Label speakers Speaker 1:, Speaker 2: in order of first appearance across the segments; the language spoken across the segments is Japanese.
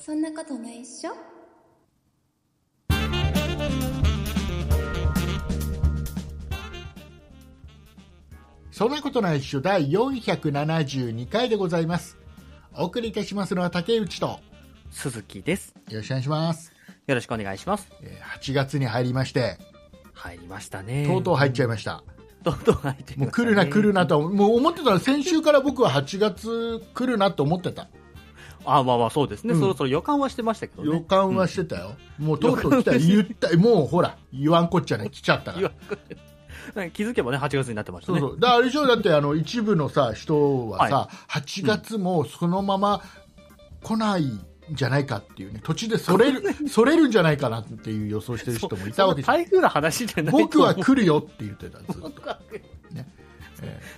Speaker 1: そんなことないっしょ
Speaker 2: そんなことないっしょ第472回でございます。お送りいたしますのは竹内と、
Speaker 3: 鈴木です。
Speaker 2: よろしくお願いします。
Speaker 3: よろしくお願いします。
Speaker 2: えー8月に入りまして、
Speaker 3: 入りましたね。
Speaker 2: とうとう入っちゃい
Speaker 3: ま
Speaker 2: ました。
Speaker 3: す。とうとう入っちゃいました、ね。
Speaker 2: もう来るな来るな。と、もう思ってたら先週から僕は8月来るなと思ってた。
Speaker 3: あ、まあまあそうですね、
Speaker 2: うん
Speaker 3: そろそろ予感はしてましたけど
Speaker 2: 予
Speaker 3: ね。
Speaker 2: 感はしてたよ。もうとうとう来た、言った、もうほら、言わんこっちゃない、来ちゃったか
Speaker 3: いや
Speaker 2: ら。
Speaker 3: 気づけばね、8月になってまし
Speaker 2: そ
Speaker 3: た
Speaker 2: う
Speaker 3: ね。
Speaker 2: そう。だからあれでしょ、だってあの、一部のさ、人はさ、8月もそのまま来ないんじゃないかっていうね、土地でそれ る、それるんじゃないかなっていう予想してる人もいたわけじゃん
Speaker 3: 台風の話じゃないと思う
Speaker 2: 僕は来るよって言ってた、ずっと。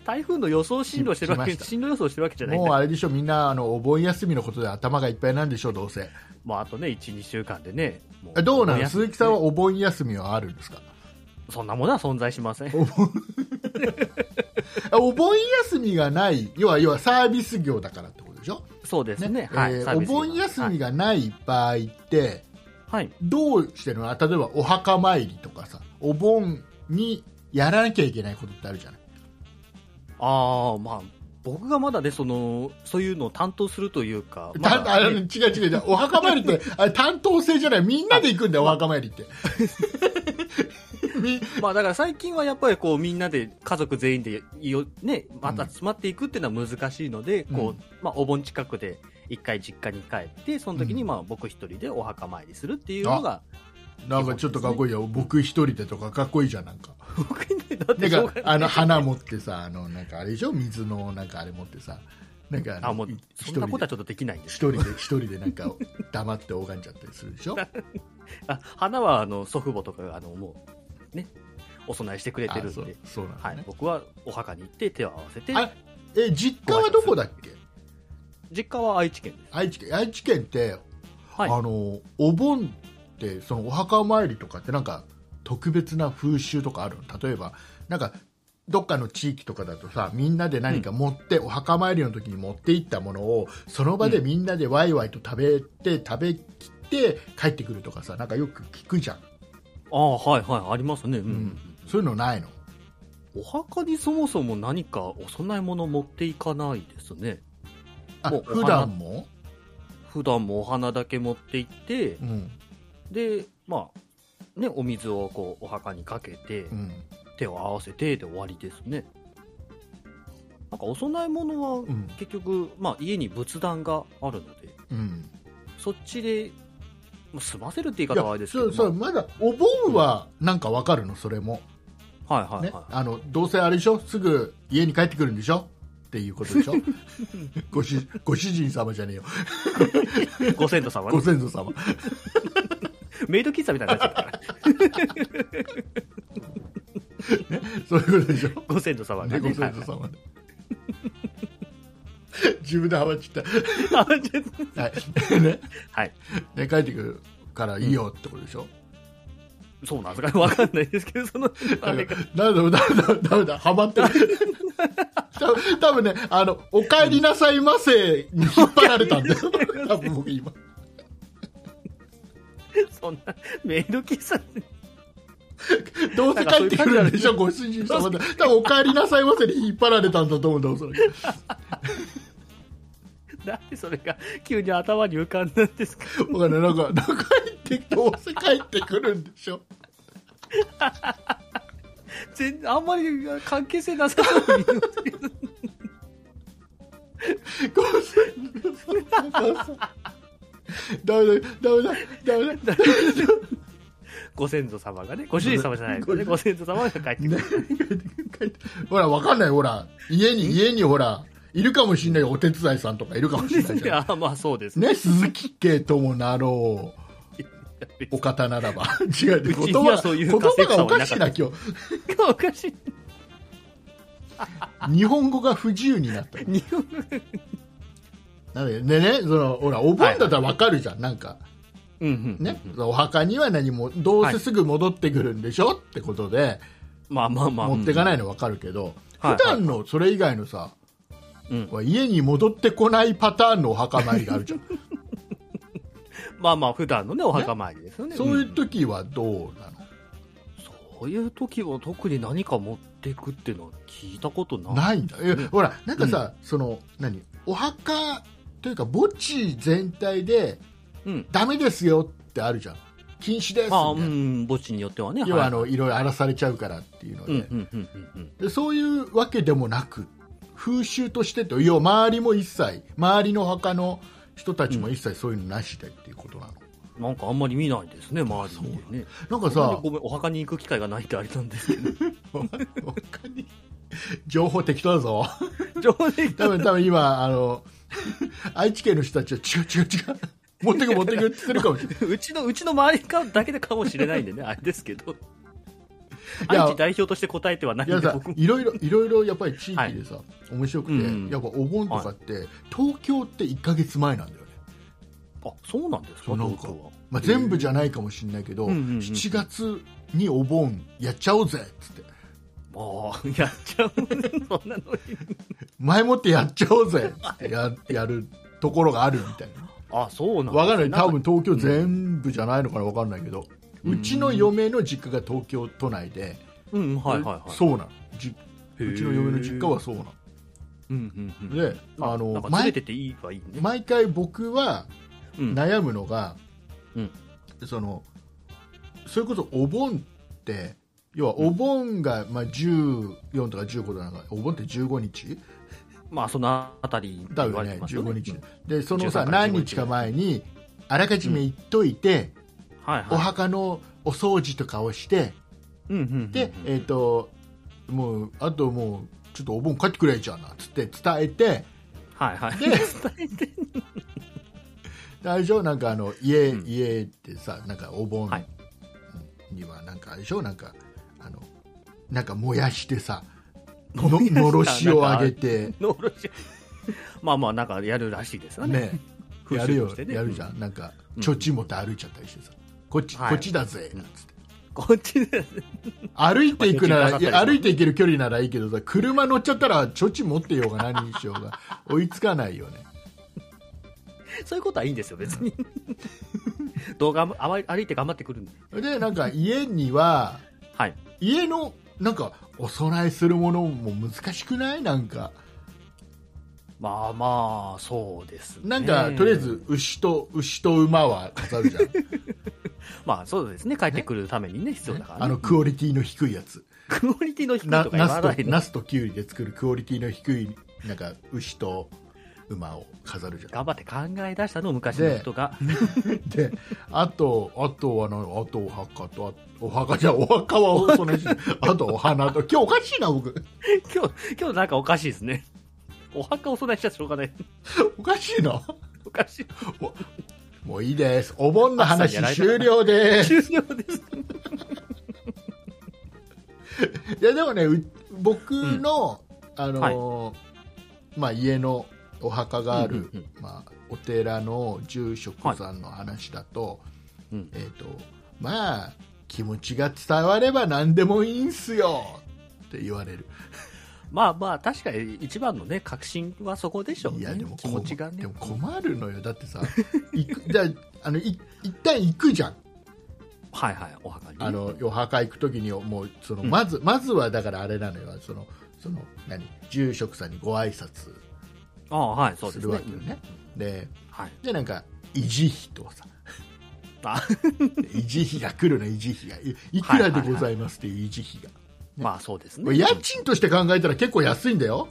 Speaker 3: 台風の予想進路してるわけ、
Speaker 2: しました
Speaker 3: 進路予想してるわけじゃないん
Speaker 2: もう
Speaker 3: だ
Speaker 2: あれでしょ、みんな、あの、お盆休みのことで頭がいっぱいなんでしょう、どうせ。
Speaker 3: まああとね、1、2週間でね。も
Speaker 2: えどうな
Speaker 3: お
Speaker 2: の
Speaker 3: 休み
Speaker 2: 鈴木さんはお盆休みはあるんですか
Speaker 3: そんなものは存在しません。
Speaker 2: あお盆休みがない、要は、要はサービス業だからってことでしょ
Speaker 3: そうですね。
Speaker 2: ね
Speaker 3: はい、
Speaker 2: えー
Speaker 3: サー
Speaker 2: お
Speaker 3: ビス業
Speaker 2: 盆休みが
Speaker 3: は
Speaker 2: ない場合って、
Speaker 3: い。はい
Speaker 2: どうしてるの例えばお墓参りとかさお盆にやらなきゃいけないことってあるじゃない
Speaker 3: ああ、まあ、僕がまだね、その、そういうのを担当するというか、ま
Speaker 2: た
Speaker 3: だ
Speaker 2: あ違う
Speaker 3: ね
Speaker 2: 違う違うお墓参りっ てあれ担当制じゃないみんなで行くんだよお墓参りってみ
Speaker 3: まあだから最近はやっぱりこうみんなで家族全員でよ、ね、また集まっていくっていうのは難しいので、
Speaker 2: うんう
Speaker 3: こ
Speaker 2: ん
Speaker 3: う、まあお盆近くで一回実家に帰って、その時に
Speaker 2: うん
Speaker 3: まあ僕一人でお墓参りするっていうのが、
Speaker 2: なんかちょっとかっこいいよ僕一人でとかかっこいいじゃんなん か
Speaker 3: 僕にだって
Speaker 2: なん
Speaker 3: しょう
Speaker 2: か
Speaker 3: がない
Speaker 2: あの花持ってさあのなんかあれでしょ水のなんかあれ持ってさなんかの
Speaker 3: あ、もう
Speaker 2: い一
Speaker 3: そんな
Speaker 2: 人
Speaker 3: こと
Speaker 2: で
Speaker 3: はちょっとできないんで
Speaker 2: 一
Speaker 3: す
Speaker 2: 人で一人でなんか黙って拝んじゃったりするで しょ
Speaker 3: あ花はあの祖父母とかがあのもう、ね、お供えしてくれて
Speaker 2: あ
Speaker 3: るん
Speaker 2: そう
Speaker 3: で、
Speaker 2: そうなんだ
Speaker 3: は
Speaker 2: ね
Speaker 3: い、、僕はお墓に行って手を合わせて、
Speaker 2: あえ実家はどこだっけ
Speaker 3: 実家は愛知県です。
Speaker 2: 愛知県愛知県って、
Speaker 3: はい。
Speaker 2: あのお盆ってそのお墓参りとかってなんか特別な風習とかあるの例えばなんかどっかの地域とかだとさみんなで何か持って、お墓参りの時に持っていったものをその場でみんなでワイワイと食べて、食べきって帰ってくるとかさなんかよく聞くじゃん
Speaker 3: ああ、はいはい、ありますね。うん。
Speaker 2: うんそういうのないの
Speaker 3: お墓にそもそも何かお供え物持っていかないですね。
Speaker 2: あ
Speaker 3: もう
Speaker 2: 普段も、
Speaker 3: 普段もお花だけ持って行って
Speaker 2: う、ん
Speaker 3: で、まあ、ね、お水をこう、お墓にかけて
Speaker 2: う、ん、
Speaker 3: 手を合わせてで終わりですね。なんかお供え物は
Speaker 2: うん、
Speaker 3: 結局、まあ家に仏壇があるので、
Speaker 2: うん
Speaker 3: そっちで、まあ済ませるって言い
Speaker 2: い
Speaker 3: 方はあれですけ
Speaker 2: そ
Speaker 3: ど、
Speaker 2: うそう
Speaker 3: ま
Speaker 2: まだお盆はなんかわかるのそれも
Speaker 3: あはいはい
Speaker 2: ね
Speaker 3: は、い。
Speaker 2: あのどうせあれでしょすぐ家に帰ってくるんでしょっていうことで しょごしご主人様じゃねえよ
Speaker 3: ご先祖様
Speaker 2: ご
Speaker 3: ね。
Speaker 2: 先祖様
Speaker 3: メイド喫茶みたいになっちゃった から。
Speaker 2: そういうことでしょ、
Speaker 3: ご先祖様が
Speaker 2: ね、ご
Speaker 3: ね。
Speaker 2: 先祖様で自分でハマっちゃっ
Speaker 3: はいはいちょっと
Speaker 2: た、はいね
Speaker 3: はい。
Speaker 2: ね、帰ってくるからいいよってことでしょ、
Speaker 3: そうなんですかねわかんないですけど、その、あ
Speaker 2: なん
Speaker 3: れ
Speaker 2: か
Speaker 3: が。
Speaker 2: ダメだダメだダメだダメだハマってる多分多分ねあの「お帰りなさいませ」に引っ張られたんだよ多分僕今
Speaker 3: そんな、メイド喫茶
Speaker 2: どうせ帰ってくるんでしょ、ご主人様で。多分お帰りなさいませに引っ張られたんだと思うんだもん、それ。
Speaker 3: なんでそれが急に頭に浮かんだんですか
Speaker 2: お金なんか、なんか帰って、どうせ帰ってくるんでしょ。
Speaker 3: 全然あんまり関係性なさそうに
Speaker 2: ご主人様ダメだ、ダメだ、ダメだ。
Speaker 3: ご先祖様がね、ご主人様じゃないですね、ご先祖様が帰ってくる。
Speaker 2: 帰ってほら、わかんない、ほら。家に、家にほら、いるかもしんないよお手伝いさんとかいるかもしんないじゃん。
Speaker 3: ああ、まあそうですね。
Speaker 2: ね、鈴木家ともなろう。お方ならば。違う、
Speaker 3: うち
Speaker 2: 言
Speaker 3: に
Speaker 2: 葉
Speaker 3: は
Speaker 2: が、
Speaker 3: そういう
Speaker 2: 言
Speaker 3: 家
Speaker 2: 葉
Speaker 3: 政婦
Speaker 2: が
Speaker 3: さ
Speaker 2: お
Speaker 3: んはい
Speaker 2: か
Speaker 3: な
Speaker 2: し
Speaker 3: か
Speaker 2: い
Speaker 3: っ
Speaker 2: な、
Speaker 3: た
Speaker 2: 今日。
Speaker 3: おかしい。
Speaker 2: 日本語が不自由になった。
Speaker 3: 日本語
Speaker 2: なんででね、そのほらお盆だったらわかるじゃん、なんか
Speaker 3: うんうん。
Speaker 2: ね、お墓には何もどうせすぐ戻ってくるんでしょ、ってことで
Speaker 3: まあまあまあ。。
Speaker 2: 持ってかないいのわかるけど、
Speaker 3: はい
Speaker 2: 普段のそれ以外のさ、
Speaker 3: うん
Speaker 2: は家に戻ってこないパターンのお墓参りがあるじゃん
Speaker 3: まあまあ、普段のね、お墓参りですよね。
Speaker 2: そういう
Speaker 3: 時
Speaker 2: 時はどうなの、
Speaker 3: そういう時は特に何か持っていくっていうのは聞いたことない。
Speaker 2: ないんだ、えほらなんかさ、その何お墓というか墓地全体で
Speaker 3: うん。
Speaker 2: ダメですよってあるじゃん禁止ですみたいな
Speaker 3: ああ、うん、墓地によってはね。
Speaker 2: 要はあ
Speaker 3: い、
Speaker 2: のいろいろ荒らされちゃうからっていうので,、
Speaker 3: うん、うん、うん、うん
Speaker 2: でそういうわけでもなく風習としてと要は周りも一切周りの墓の人たちも一切そういうのなしでっていうことなの、
Speaker 3: うん。なんかあんまり見ないですね、周りにね。
Speaker 2: なんか
Speaker 3: そんな
Speaker 2: さ
Speaker 3: にごめん、お墓に行く機会がないってあれなんですけど。
Speaker 2: 他に情報適当だぞ
Speaker 3: 常連
Speaker 2: 多分多分今あの愛知県の人たちは違う違う違う持ってく持ってくって言ってるかもしれな
Speaker 3: うちの、うちの周りかだけでかもしれないんでね、あれですけど。
Speaker 2: いや
Speaker 3: 愛知代表として答えてはない
Speaker 2: い
Speaker 3: ん
Speaker 2: や
Speaker 3: で、
Speaker 2: さ
Speaker 3: 僕も。
Speaker 2: いろいろいろいろやっぱり地域でさ、面白くて、
Speaker 3: うん
Speaker 2: やっぱお盆とかって、東京って1か月前なんだよね
Speaker 3: あ、そうなんですか、
Speaker 2: そうなん
Speaker 3: 東
Speaker 2: か
Speaker 3: 京は。
Speaker 2: まあ、全部じゃないかもしれないけど、
Speaker 3: うんうんうん
Speaker 2: 7月にお盆やっちゃおうぜっつって
Speaker 3: ああ、やっちゃうね、そんなのに。
Speaker 2: 前もってやっちゃおうぜっつ ってややるところがあるみたい
Speaker 3: あ、そう
Speaker 2: なん
Speaker 3: なです
Speaker 2: わかんない多
Speaker 3: か
Speaker 2: 分東京全部じゃないのかなわかんないけど、うちの嫁の実家が東京都内で、
Speaker 3: うん、はいはいはい。
Speaker 2: そうなのじ
Speaker 3: へー
Speaker 2: うちの嫁の実家はそうな
Speaker 3: うんうんうん。
Speaker 2: ので、あ
Speaker 3: な
Speaker 2: の
Speaker 3: んか連れ
Speaker 2: 毎
Speaker 3: てていいはいいね。
Speaker 2: 毎回僕は
Speaker 3: うん
Speaker 2: 悩むのが、
Speaker 3: うん
Speaker 2: そのそれこそお盆って要はお盆が、まあ、14とか15だなんかお盆って15日
Speaker 3: まあ、そのあたり
Speaker 2: だよ
Speaker 3: 言われ
Speaker 2: ね
Speaker 3: てますよ
Speaker 2: 15日、でそのさ
Speaker 3: 13から
Speaker 2: 何日か前にあらかじめ言っといて、
Speaker 3: はいはい。
Speaker 2: お墓のお掃除とかをして
Speaker 3: うんうんうんうん。
Speaker 2: で、えっ、ともうあともうちょっとお盆帰ってくれじゃんなっつって伝えて
Speaker 3: はいはい。
Speaker 2: で大丈夫なんかあの家、
Speaker 3: うん
Speaker 2: 家ってさなんかお盆
Speaker 3: はい
Speaker 2: にはなんかあれでしょなんかあのなんか燃やしてさの
Speaker 3: 燃やした
Speaker 2: のろしをあげて
Speaker 3: ノーロシアまあまあ、なんかやるらしいですよね。
Speaker 2: ね
Speaker 3: 風
Speaker 2: や
Speaker 3: 習
Speaker 2: るよ
Speaker 3: としてね
Speaker 2: やるじゃんなんか
Speaker 3: うん
Speaker 2: ちょち持って歩いちゃったりしてさこっち、
Speaker 3: はい
Speaker 2: こっちだぜなんつって
Speaker 3: こっちで、
Speaker 2: 歩いていくな
Speaker 3: まあち
Speaker 2: らい
Speaker 3: ょっと
Speaker 2: や歩いていける距離ならいいけどさ車乗っちゃったらちょち持ってようが何にしようが追いつかないよね
Speaker 3: そういうことはいいんですよ、別に。 動画もあまり歩いて頑張ってくるんで。
Speaker 2: でなんか家には
Speaker 3: はい。
Speaker 2: 家のなんかお供えするものも難しくないなんか
Speaker 3: まあまあ、そうです、ね。
Speaker 2: なんか、とりあえず。牛と牛と馬は飾るじゃん、
Speaker 3: まあそうですね、帰ってくるためにね、必要だから、ね。
Speaker 2: あのクオリティの低いやつ
Speaker 3: クオリティの低い
Speaker 2: な
Speaker 3: とか言
Speaker 2: ナ
Speaker 3: わ
Speaker 2: ス
Speaker 3: ない
Speaker 2: と
Speaker 3: の
Speaker 2: ナスとキュウリで作るクオリティの低いなんか牛と馬を飾るじゃん
Speaker 3: 頑張って考え出したのを昔の人が。
Speaker 2: であとあとはなあとお墓とあお墓じゃお墓はお供え しあとお花と今日おかしいな僕
Speaker 3: 今日、今日なんかおかしいですね。お墓をお供えしちゃしょうがない。
Speaker 2: おかしいな
Speaker 3: おかしい。
Speaker 2: もういいですお盆の話終了です
Speaker 3: 終了 です。
Speaker 2: いやでもねう僕の、あのーまあ、家のお墓がある、
Speaker 3: うんうんうん
Speaker 2: まあ、お寺の住職さんの話だと,、
Speaker 3: うん
Speaker 2: えー、とまあ気持ちが伝われば何でもいいんすよって言われる
Speaker 3: まあまあ、確かに一番のね、革新はそこでしょうね。
Speaker 2: いやでも
Speaker 3: 気持ちがね。
Speaker 2: でも困るのよだってさ行く じゃああのい一旦行くじゃん
Speaker 3: はいはい、お墓に、ね。
Speaker 2: あのお墓行く時にもうその、
Speaker 3: うん
Speaker 2: まずまずはだからあれなのよそのその何住職さんにご挨拶
Speaker 3: ああ、はい、そうですすね。
Speaker 2: るわけよね。で
Speaker 3: はい。
Speaker 2: でなんか維持費とさ
Speaker 3: あ
Speaker 2: 維持費が来るの維持費がいいくらでございますっていう維持費が、
Speaker 3: まあそうです
Speaker 2: これ
Speaker 3: ね。
Speaker 2: 家賃として考えたら結構安いんだよ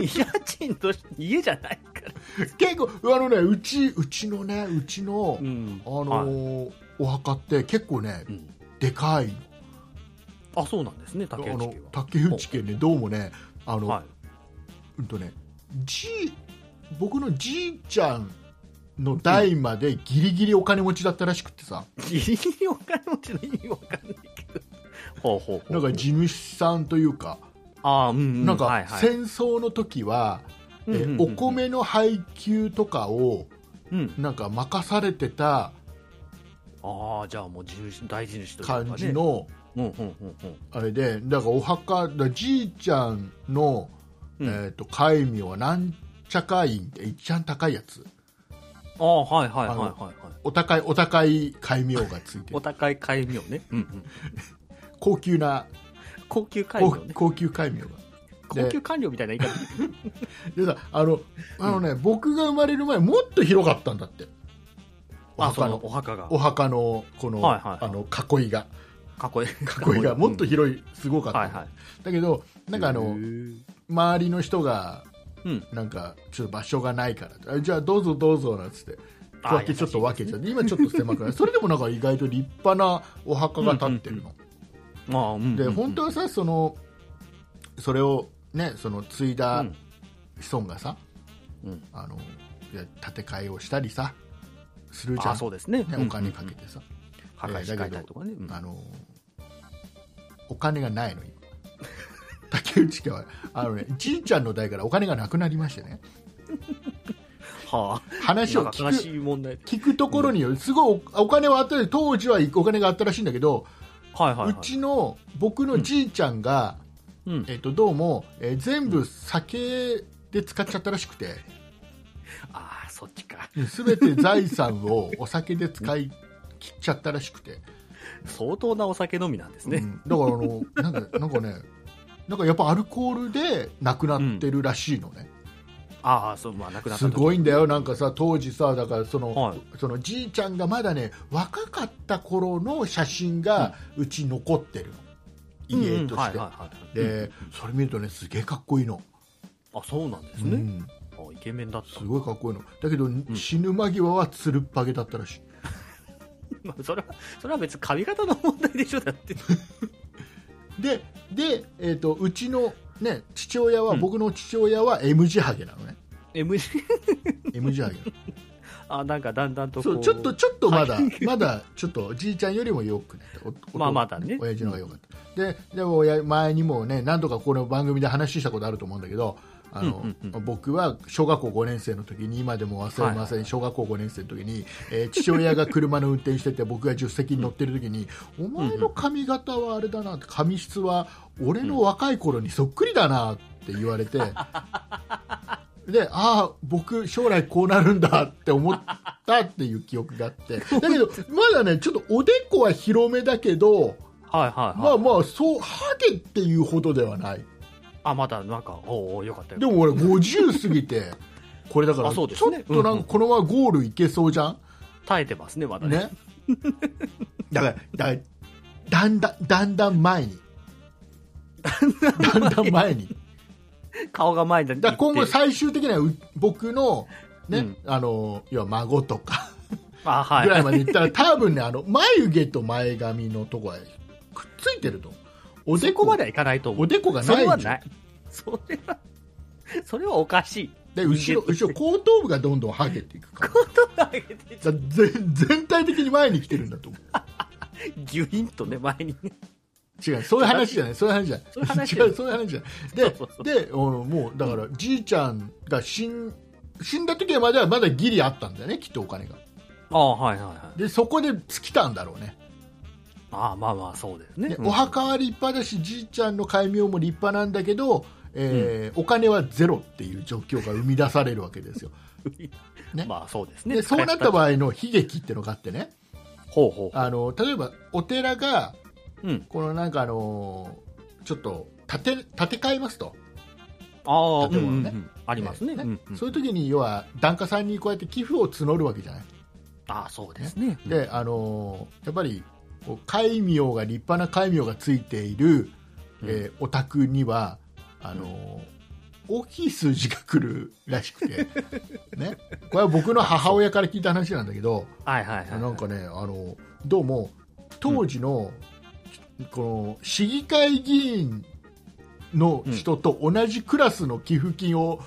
Speaker 3: 家賃として家じゃないから。
Speaker 2: 結構あのねうちうちのねうちの、
Speaker 3: ん
Speaker 2: あの
Speaker 3: はい
Speaker 2: ーお墓って結構ね、
Speaker 3: うん
Speaker 2: でかい
Speaker 3: あ、そうなんですね、
Speaker 2: あ
Speaker 3: 竹内家は
Speaker 2: の。竹内家ねどうもねあの、
Speaker 3: はい。
Speaker 2: うんとねじい僕のじいちゃんの代までギリギリお金持ちだったらしくってさ、
Speaker 3: ギリギリお金持ちの意味わかんないけど。ほうほうほう
Speaker 2: なんか地主さんというか、
Speaker 3: ああ、うん、うん。
Speaker 2: なん
Speaker 3: は
Speaker 2: か
Speaker 3: いはい
Speaker 2: 戦争の時は、え
Speaker 3: うんうんうん
Speaker 2: お米の配給とかを
Speaker 3: うん。
Speaker 2: なんか任されてた
Speaker 3: ああ、じゃあもう重心、大事にしというかね
Speaker 2: 感じ。の
Speaker 3: うんうんうんうん。
Speaker 2: あれで、だからお墓、だからじいちゃんの、
Speaker 3: うん
Speaker 2: えっと戒名はなんちゃかいんって一番高いやつ
Speaker 3: ああ、はいはいは
Speaker 2: あ
Speaker 3: い
Speaker 2: の
Speaker 3: はいはい。
Speaker 2: お高いお高い戒名がついて
Speaker 3: お
Speaker 2: る
Speaker 3: 高い戒名ね。うんうん。
Speaker 2: 高級な
Speaker 3: 高級戒
Speaker 2: 高
Speaker 3: 名ね。
Speaker 2: 高級戒名が
Speaker 3: 高級官僚みたいな言い方。
Speaker 2: でさあのあのね、僕が生まれる前もっと広かったんだってお
Speaker 3: あ、そ
Speaker 2: 墓
Speaker 3: の
Speaker 2: の
Speaker 3: お墓が
Speaker 2: お。墓のこの,、
Speaker 3: はいはいは
Speaker 2: あ
Speaker 3: い
Speaker 2: の囲いが
Speaker 3: かっこいい。
Speaker 2: 囲いがもっと
Speaker 3: うん
Speaker 2: 広いすごかった、
Speaker 3: はいはい。
Speaker 2: だけどなんかあ
Speaker 3: へ
Speaker 2: の
Speaker 3: ー
Speaker 2: 周りの人が
Speaker 3: うん。
Speaker 2: なんかちょっと場所がないからあじゃあどうぞどうぞなんつってこうやってちょっと分けちゃ
Speaker 3: ゃ
Speaker 2: って、今ちょっと狭 くないそれでもなんか意外と立派なお墓が建ってるの、
Speaker 3: ああ、うん。
Speaker 2: で本当
Speaker 3: は、
Speaker 2: はさそのそれをねその継いうだ
Speaker 3: ん
Speaker 2: 子孫がさ、
Speaker 3: うん
Speaker 2: あのいや建て替えをしたりさするじゃ
Speaker 3: あ
Speaker 2: ん
Speaker 3: そうですね。
Speaker 2: ね、お金かけ
Speaker 3: て。
Speaker 2: てさ、
Speaker 3: 破壊し替えたりとかね。うん
Speaker 2: あのお金がないの今 竹内家はあのねじいちゃんの代からお金がなくなりましてね
Speaker 3: はあ。
Speaker 2: 話を
Speaker 3: なんか
Speaker 2: 聞
Speaker 3: 悲
Speaker 2: く
Speaker 3: しい問題。
Speaker 2: 聞くところによるすごいおお金はあったり当時はお金があったらしいんだけど、。
Speaker 3: はいはいはいう
Speaker 2: ちの僕のじいちゃんが、
Speaker 3: うん。
Speaker 2: えっとどうも、えー全部酒で使っちゃったらしくて
Speaker 3: ああ、そっちか。
Speaker 2: 全て財産をお酒で使い切っちゃったらしくて、
Speaker 3: 相当なお酒飲みなんです
Speaker 2: う
Speaker 3: ね。
Speaker 2: んだからあのなんかなんかねなんかやっぱアルコールでなくなってるらしいのね、
Speaker 3: ああ、そう、まあ、なくなった
Speaker 2: す
Speaker 3: 時
Speaker 2: ごいんだよなんかさ当時さだからその,、
Speaker 3: はい
Speaker 2: そのじいちゃんがまだね若かった頃の写真がうち残ってるの、家と
Speaker 3: うんうんは
Speaker 2: し
Speaker 3: い
Speaker 2: て、
Speaker 3: はいはいうん
Speaker 2: でそれ見るとねすげえかっこいいの、
Speaker 3: あそうなんです
Speaker 2: う
Speaker 3: ね、
Speaker 2: ん
Speaker 3: あイケメンだった
Speaker 2: すごいかっこいいのだけど、死ぬ間際はつるっぱげだったらしい
Speaker 3: まあそれはそれは別に髪型の問題でしょ だって
Speaker 2: でで、えー、とうちの、ね、父親は、僕の父親は M 字ハゲなのね
Speaker 3: M 字
Speaker 2: M 字ハゲなの
Speaker 3: あなんかだんだんとこ
Speaker 2: そううちょっとちょっとまだ まだちょっとじいちゃんよりもよくねおお
Speaker 3: まあまだね
Speaker 2: 親父の方がよかった、ででも親前にもね何度かこの番組で話したことあると思うんだけどあの、
Speaker 3: うんうん
Speaker 2: 僕は小学校5年生の時に今でも忘れません、小学校5年生の時に、えー父親が車の運転してて僕が助手席に乗ってる時 に、お前の髪型はあれだなって髪質は俺の若い頃にそっくりだなって言われ て。でああ僕将来こうなるんだって思ったっていう記憶があってだけどまだねちょっとおでこは広めだけど
Speaker 3: はいはい
Speaker 2: ま
Speaker 3: は
Speaker 2: あ
Speaker 3: い、
Speaker 2: まあそうハゲっていうほどではない
Speaker 3: あ、まだなんかおうおうよかったよ
Speaker 2: でも俺50過ぎてこれだから
Speaker 3: あ
Speaker 2: ち
Speaker 3: そ
Speaker 2: ょ
Speaker 3: う
Speaker 2: っ
Speaker 3: ですね
Speaker 2: とな
Speaker 3: うん
Speaker 2: ん
Speaker 3: うん
Speaker 2: かこのままゴールいけそうじゃん
Speaker 3: 耐えてますねまだね
Speaker 2: ね だからだからだんだんだんだん前 にだんだん前に
Speaker 3: 顔が前に
Speaker 2: だから今後
Speaker 3: 行って
Speaker 2: 最終的にはう僕のね、
Speaker 3: うん
Speaker 2: あの要は孫とか
Speaker 3: あは
Speaker 2: ぐらい
Speaker 3: い
Speaker 2: までいったら、多分ね、 あの、眉毛と前髪のとこはくっついてると思う。おで
Speaker 3: そ
Speaker 2: こ
Speaker 3: こ
Speaker 2: ま
Speaker 3: ま
Speaker 2: で、
Speaker 3: ではいかないと思
Speaker 2: お
Speaker 3: う
Speaker 2: でこが
Speaker 3: そ
Speaker 2: な
Speaker 3: れ
Speaker 2: い
Speaker 3: は
Speaker 2: じゃ
Speaker 3: なんいそれはそれはおかしい
Speaker 2: で、後ろ、後ろ、後頭部がどんどんハゲていくから。
Speaker 3: あげて
Speaker 2: だ全 全体的に前に来てるんだと思
Speaker 3: ギュインとね前にね
Speaker 2: う。違う、そういう話じゃない、そういう話じゃない。
Speaker 3: そういう話
Speaker 2: 違う、そういう話じゃない。で
Speaker 3: そうそ、
Speaker 2: で、あのもう、だから、じいちゃんが死ん、死んだ時まではまだギリあったんだよね、きっとお金が。
Speaker 3: あはいはいはい
Speaker 2: で、そこで尽きたんだろうね。
Speaker 3: あまあまあそうですね
Speaker 2: ね
Speaker 3: うん
Speaker 2: お墓は立派だしじいちゃんの戒名も立派なんだけど、えーお金はゼロっていう状況が生み出されるわけですよね
Speaker 3: まあそうです ね
Speaker 2: でそうなった場合の悲劇ってのがあってね
Speaker 3: ほうほう
Speaker 2: あの例えばお寺が
Speaker 3: うん
Speaker 2: このなんかあのちょっと建て建て替えますと
Speaker 3: ああ、
Speaker 2: 建物ね
Speaker 3: うんうんうんありますね。
Speaker 2: えー
Speaker 3: うんうん
Speaker 2: そういう時に要は檀家さんにこうやって寄付を募るわけじゃない
Speaker 3: ああ、そうですね。
Speaker 2: であのやっぱりこう戒名が立派な戒名がついている、
Speaker 3: うん
Speaker 2: えーお宅にはあの、大きい数字が来るらしく て、ね、これは僕の母親から聞いた話なんだけど
Speaker 3: はいはいはい。
Speaker 2: なんかねあのどうも当時の,、この市議会議員の人と同じクラスの寄付金を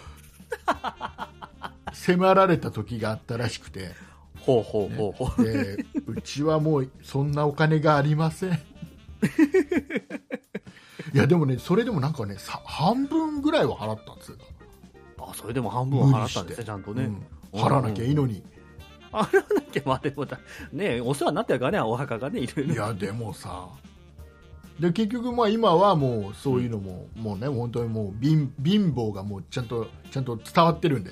Speaker 2: 迫られた時があったらしくて。
Speaker 3: ほうほうほうほう。
Speaker 2: でうちはもうそんなお金がありませんいやでもねそれでもなんかねさ半分ぐらいは払ったっつう
Speaker 3: あそれでも半分は払ったんですね、ちゃんと
Speaker 2: の、
Speaker 3: ね。
Speaker 2: うん、払わなきゃいいのに、
Speaker 3: 払わなきゃまあ でもだ、ねお世話になってるからね、お墓がね、いろい
Speaker 2: い
Speaker 3: ろ。
Speaker 2: やでもさで結局まあ今はもう そういうのも、もうね本当にもう貧貧乏がもうちゃんとちゃんと伝わってるんで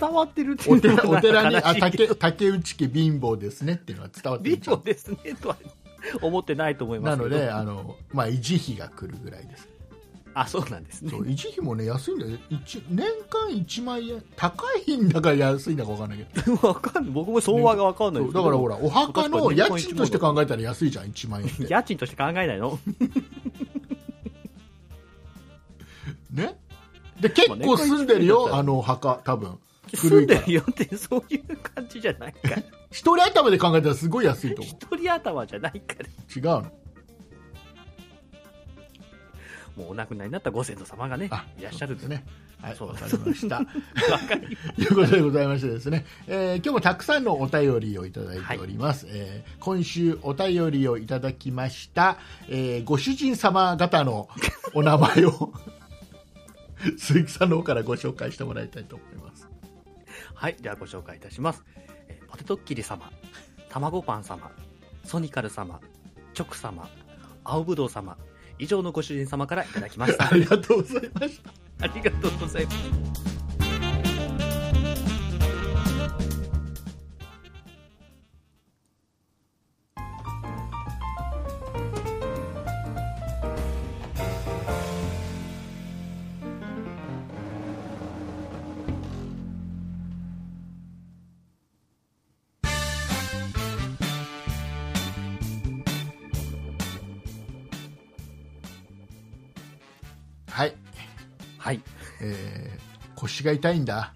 Speaker 3: 伝わってるってい
Speaker 2: お
Speaker 3: う
Speaker 2: 寺
Speaker 3: のは
Speaker 2: お寺に
Speaker 3: なんか
Speaker 2: あ
Speaker 3: 悲しいけ
Speaker 2: 竹
Speaker 3: ど
Speaker 2: 竹内家貧乏ですねっていうのは伝わって
Speaker 3: 貧
Speaker 2: るちゃ
Speaker 3: 乏
Speaker 2: う
Speaker 3: ですねとは思ってないと思い
Speaker 2: な
Speaker 3: ますけ
Speaker 2: の
Speaker 3: ど
Speaker 2: であの、まあ、維持費が来るぐらいです
Speaker 3: あそうなんですね
Speaker 2: そう維持費もね安いんだよ一年間1万円高いんだから安いんだか分かんないけど
Speaker 3: わかんない僕も相場がわかんな
Speaker 2: そ
Speaker 3: い
Speaker 2: う
Speaker 3: です
Speaker 2: だからほ
Speaker 3: ら
Speaker 2: らお墓の家賃として考えたら安いじゃん1万円って
Speaker 3: 家賃として考えないの
Speaker 2: ねで結
Speaker 3: まあ
Speaker 2: 構住んでるよ、
Speaker 3: 年間一万円だったら
Speaker 2: あ、のお墓多分古
Speaker 3: 住
Speaker 2: いか
Speaker 3: んで
Speaker 2: ら
Speaker 3: るよってそういう感じじゃないから
Speaker 2: 一人頭で考えたらすごい安いと思
Speaker 3: 一人頭じゃないから
Speaker 2: う違うの
Speaker 3: もうお亡くなりになったご先祖様がね
Speaker 2: あ
Speaker 3: いらっしゃるんですね
Speaker 2: ねはい
Speaker 3: そう
Speaker 2: わかりましたということでございましてですね、えー今日もたくさんのお便りをいただいております、えー今週お便りをいただきました、えーご主人様方のお名前を 鈴木さんの方からご紹介してもらいたいと思います
Speaker 3: はいではご紹介いたします、えーポテトッキリ様卵パン様ソニカル様チョク様青ぶどう様以上のご主人様からいただきま した
Speaker 2: ありがとうございました
Speaker 3: ありがとうございます
Speaker 2: はい、
Speaker 3: はい
Speaker 2: えー腰が痛いんだ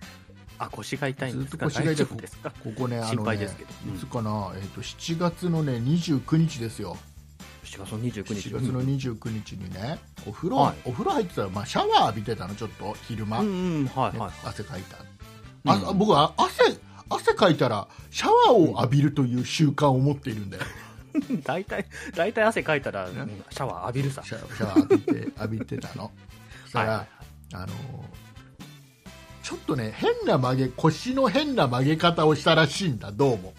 Speaker 3: あ腰が痛いんですか
Speaker 2: ずっと腰が
Speaker 3: 大
Speaker 2: 痛
Speaker 3: 丈
Speaker 2: い
Speaker 3: 夫ですか
Speaker 2: ここねあのね
Speaker 3: 心配ですけどうん
Speaker 2: いつかな、えー、と7月のね29日ですよ
Speaker 3: 7月の29
Speaker 2: 7
Speaker 3: 日
Speaker 2: 月の29日にね、お風呂、
Speaker 3: はい
Speaker 2: お風呂入ってたら、まあ、シャワー浴びてたのちょっと昼間、
Speaker 3: うん
Speaker 2: ね
Speaker 3: うんはいはい
Speaker 2: 汗かいた、
Speaker 3: うん
Speaker 2: あ僕は汗汗かいたらシャワーを浴びるという習慣を持っているんだよ
Speaker 3: 大体、大体汗かいたら、
Speaker 2: ね
Speaker 3: うんシャワー浴びる さ。
Speaker 2: シャシャワー浴びて 浴びてたのそしたら、
Speaker 3: はい
Speaker 2: あのーちょっとね変な曲げ腰の変な曲げ方をしたらしいんだどうも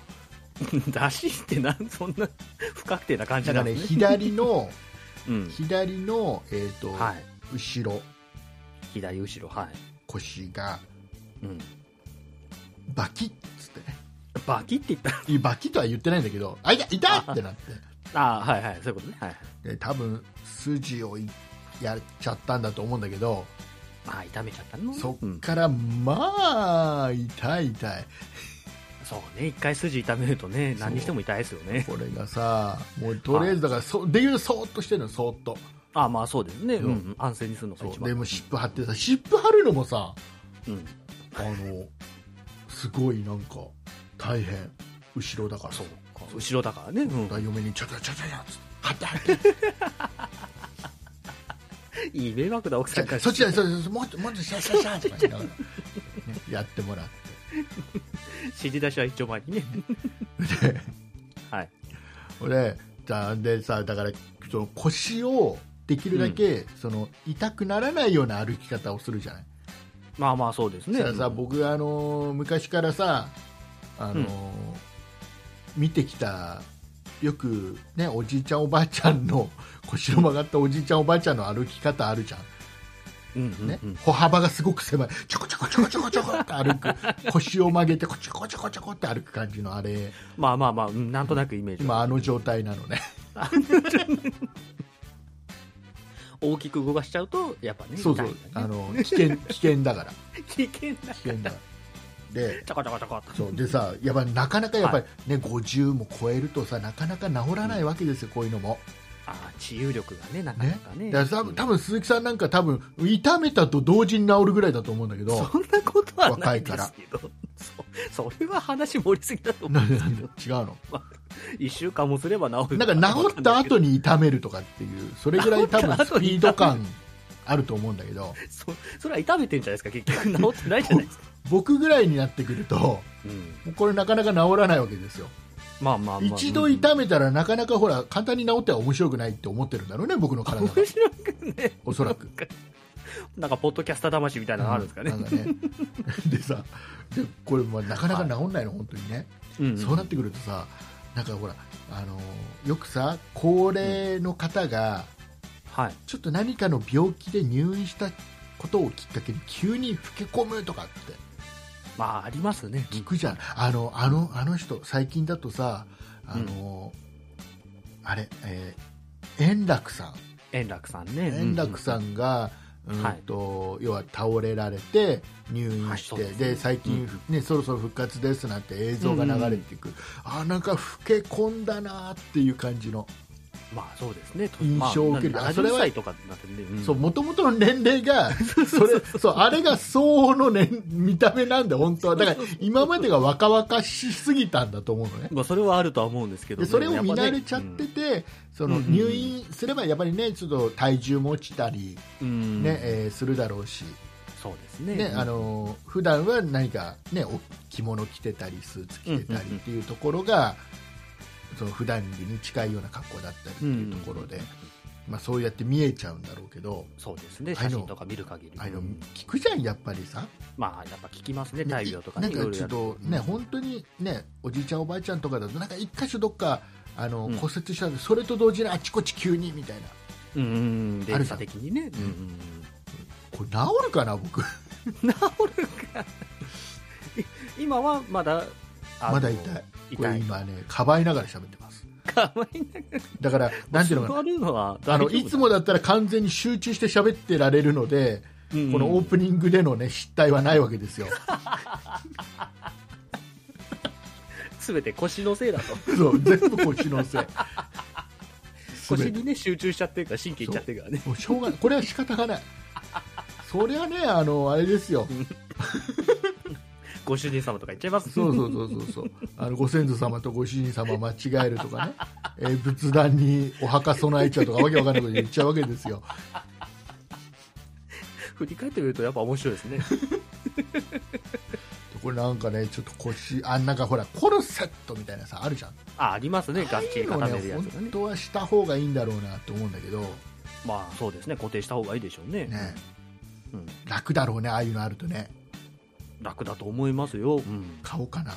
Speaker 3: だしってなん、そんな不確定な感じ
Speaker 2: だか
Speaker 3: な
Speaker 2: ら
Speaker 3: ん
Speaker 2: ね
Speaker 3: ですね。
Speaker 2: 左の
Speaker 3: うん。
Speaker 2: 左の、えーと
Speaker 3: はい。
Speaker 2: 後ろ
Speaker 3: 左後ろ、はい。
Speaker 2: 腰が
Speaker 3: うん。
Speaker 2: バキッつってね
Speaker 3: バキって言った
Speaker 2: いやバキッとは言ってないんだけどあいたいたってなっ
Speaker 3: ら、あーはいはい、そういうことね。はい。
Speaker 2: てで多分筋をいやっちゃったんだと思うんだけど
Speaker 3: まあ、痛めちゃったの
Speaker 2: そ
Speaker 3: うん
Speaker 2: っからまあ痛い痛い
Speaker 3: そうね、一回筋痛めるとね、
Speaker 2: そう
Speaker 3: 何にしても痛いですよね。
Speaker 2: これがさもうとりあえずだからそできるだけそーっとしてるのそーっと
Speaker 3: あーまあそうですね。
Speaker 2: そう
Speaker 3: うんうん。安静にするのが
Speaker 2: そ
Speaker 3: 一
Speaker 2: うで
Speaker 3: 番。
Speaker 2: も湿布貼ってさ湿布貼るのもさ
Speaker 3: うん。
Speaker 2: あのすごいなんか大変後ろだから
Speaker 3: そ
Speaker 2: そうう
Speaker 3: か。後ろだからね。うん。
Speaker 2: 嫁にちょちょちょちょちょつって貼って貼って
Speaker 3: いい迷惑だ、奥さんから。
Speaker 2: そっちだそっちだもっともっとシャシャシャとか言いながらねやってもらって
Speaker 3: 指示出しは一丁前 にね。はい。
Speaker 2: 俺だでさだからその腰をできるだけ、その痛くならないような歩き方をするじゃない、
Speaker 3: まあまあそうですね
Speaker 2: ね、。さ
Speaker 3: うん
Speaker 2: 僕あのー昔からさあのー、
Speaker 3: うん
Speaker 2: 見てきたよく、ね、おじいちゃんおばあちゃんの腰の曲がったおじいちゃんおばあちゃんの歩き方あるじゃん
Speaker 3: うんうん
Speaker 2: ね
Speaker 3: うん。
Speaker 2: 歩幅がすごく狭いちょこちょこちょこちょこちょこって歩く腰を曲げてこちょこちょこちょこって歩く感じのあれ
Speaker 3: まあまあまあ、うんなんとなくイメージは
Speaker 2: 今あの状態なのね
Speaker 3: 大きく動かしちゃうと、やっぱね、
Speaker 2: そうそう
Speaker 3: 痛いんだ
Speaker 2: あ
Speaker 3: ね
Speaker 2: の危険危険だから
Speaker 3: 危険だ。
Speaker 2: 危険だで
Speaker 3: ちょこちょこちょこっと。
Speaker 2: そうでさやっぱりなかなかやっぱり、ね50も超えるとさなかなか治らないわけですよ、こういうのも、
Speaker 3: ああ、治癒力がね、なかなかね。
Speaker 2: だから多分多分鈴木さんなんか多分痛めたと同時に治るぐらいだと思うんだけ
Speaker 3: うん
Speaker 2: ど
Speaker 3: そんなことは
Speaker 2: 若
Speaker 3: ないい
Speaker 2: か
Speaker 3: で
Speaker 2: ら
Speaker 3: すけど。 そそれは話盛りすぎだと思
Speaker 2: な
Speaker 3: うん
Speaker 2: で
Speaker 3: で
Speaker 2: な
Speaker 3: す
Speaker 2: ん
Speaker 3: け
Speaker 2: で
Speaker 3: ど、
Speaker 2: 違うの
Speaker 3: 1週間もすれば治る。
Speaker 2: なんか治った後。に痛めるとかっていうそれぐらい多分
Speaker 3: 治った
Speaker 2: ス
Speaker 3: 後に痛め
Speaker 2: ピ
Speaker 3: る
Speaker 2: ード感あると思うんだけど
Speaker 3: そそれは痛めてんじゃないですか、結局治ってないじゃないですか。
Speaker 2: 僕ぐらいになってくるとも
Speaker 3: うん。
Speaker 2: うこれなかなか治らないわけですよ
Speaker 3: まあまあまあ。
Speaker 2: 一度痛めたらなかなかほら簡単に治っては面白くないって思ってるんだろうね僕の 体が
Speaker 3: 面白くね。
Speaker 2: おそらく
Speaker 3: なんか、ポッドキャスター魂みたいなのあるんですかね
Speaker 2: な。んかね でさでこれ、まあ、なかなか治んないの、本当にね、
Speaker 3: うん
Speaker 2: そうなってくるとさなんかほらあのよくさ高齢の方が
Speaker 3: はい。
Speaker 2: ちょっと何かの病気で入院したことをきっかけに急に老け込むとかって
Speaker 3: まあ、ありますね。
Speaker 2: 聞くじゃんあのあのあの人最近だとさあの、あれ、えー円楽さん
Speaker 3: 円楽さんね。
Speaker 2: 円楽さ
Speaker 3: うん
Speaker 2: が、うん
Speaker 3: はい
Speaker 2: と要は倒れられて入院して、
Speaker 3: はいそうですね
Speaker 2: で最近、ねそろそろ復活ですなんて映像が流れていく、あーなんか老け込んだなーっていう感じの
Speaker 3: んうんまあ、そうですね。と
Speaker 2: 印象を受ける
Speaker 3: まあ、
Speaker 2: あそれは
Speaker 3: 70歳とかになってね。うん
Speaker 2: そう元々の年齢 がそれそうあれが相応の、ね、見た目なんで本当はだから今までが若々しすぎたんだと思うのね。
Speaker 3: まあ、それはあるとは思うんですけど
Speaker 2: で
Speaker 3: ね、
Speaker 2: それを見慣
Speaker 3: や
Speaker 2: れ
Speaker 3: っ
Speaker 2: ちゃ
Speaker 3: ぱ
Speaker 2: っ
Speaker 3: ね
Speaker 2: てて、その
Speaker 3: うん
Speaker 2: 入院すればやっぱりねちょっと体重も落ちたり、
Speaker 3: うんうん
Speaker 2: ねえーするだろうし、
Speaker 3: そうですね。
Speaker 2: ね
Speaker 3: うん
Speaker 2: あのー普段は何か、ね、お着物着てたりスーツ着てた
Speaker 3: うんうん
Speaker 2: り
Speaker 3: うん
Speaker 2: っていうところが、その普段着に近いような格好だったりっていうところで、
Speaker 3: うん
Speaker 2: まあ、そうやって見えちゃうんだろうけど
Speaker 3: そうですね。
Speaker 2: あの
Speaker 3: 写真とか見る限り。
Speaker 2: あの
Speaker 3: うん
Speaker 2: 聞くじゃん、やっぱりさ、
Speaker 3: まあ、やっぱ聞きますね。
Speaker 2: ね
Speaker 3: 大病とかね。
Speaker 2: なんかちょっと、ね本当に、ね、おじいちゃん、おばあちゃんとかだとなんか一箇所どっかあの
Speaker 3: うん
Speaker 2: 骨折したんで、それと同時にあちこち急にみたいな。
Speaker 3: うんうんうん、
Speaker 2: ある
Speaker 3: 連
Speaker 2: じゃん
Speaker 3: 鎖的にね、うんうん
Speaker 2: これ治るかな僕
Speaker 3: うん、 治るかい今はまだあの
Speaker 2: まだ痛いこ
Speaker 3: 痛
Speaker 2: れ
Speaker 3: い
Speaker 2: 今ねかばいながら喋ってます
Speaker 3: かわいいな
Speaker 2: だからなんていうのかな
Speaker 3: 座るのは
Speaker 2: あのいつもだったら完全に集中して喋ってられるので、
Speaker 3: こ
Speaker 2: このオープニングでの、ね、失態はないわけです よ
Speaker 3: すべて腰のせいだと
Speaker 2: そう全部腰のせい全
Speaker 3: 腰
Speaker 2: て
Speaker 3: にね集中しちゃってるから神経いっちゃってるからね
Speaker 2: もうしょうがないこれは仕方がないそりゃねあのあれですよ
Speaker 3: ご主人様とか言っちゃいます
Speaker 2: そうそうそうそうそうあのご先祖様とご主人様間違えるとかね、 えー仏壇にお墓備えちゃうとかわけわかんないこと言っちゃうわけですよ
Speaker 3: 振り返ってみるとやっぱ面白いですね
Speaker 2: これなんかねちょっと腰あなんかほらコルセットみたいなさあるじゃん
Speaker 3: あありますねがっちり
Speaker 2: もう
Speaker 3: 固める
Speaker 2: ね
Speaker 3: やつ
Speaker 2: 本
Speaker 3: がね
Speaker 2: 当はした方がいいんだろうなと思うんだけど、
Speaker 3: まあそうですね固定した方がいいでしょうね
Speaker 2: ね、
Speaker 3: うん、
Speaker 2: 楽だろうねああいうのあるとね
Speaker 3: 楽だと思いますよ、うん、
Speaker 2: 買おうかな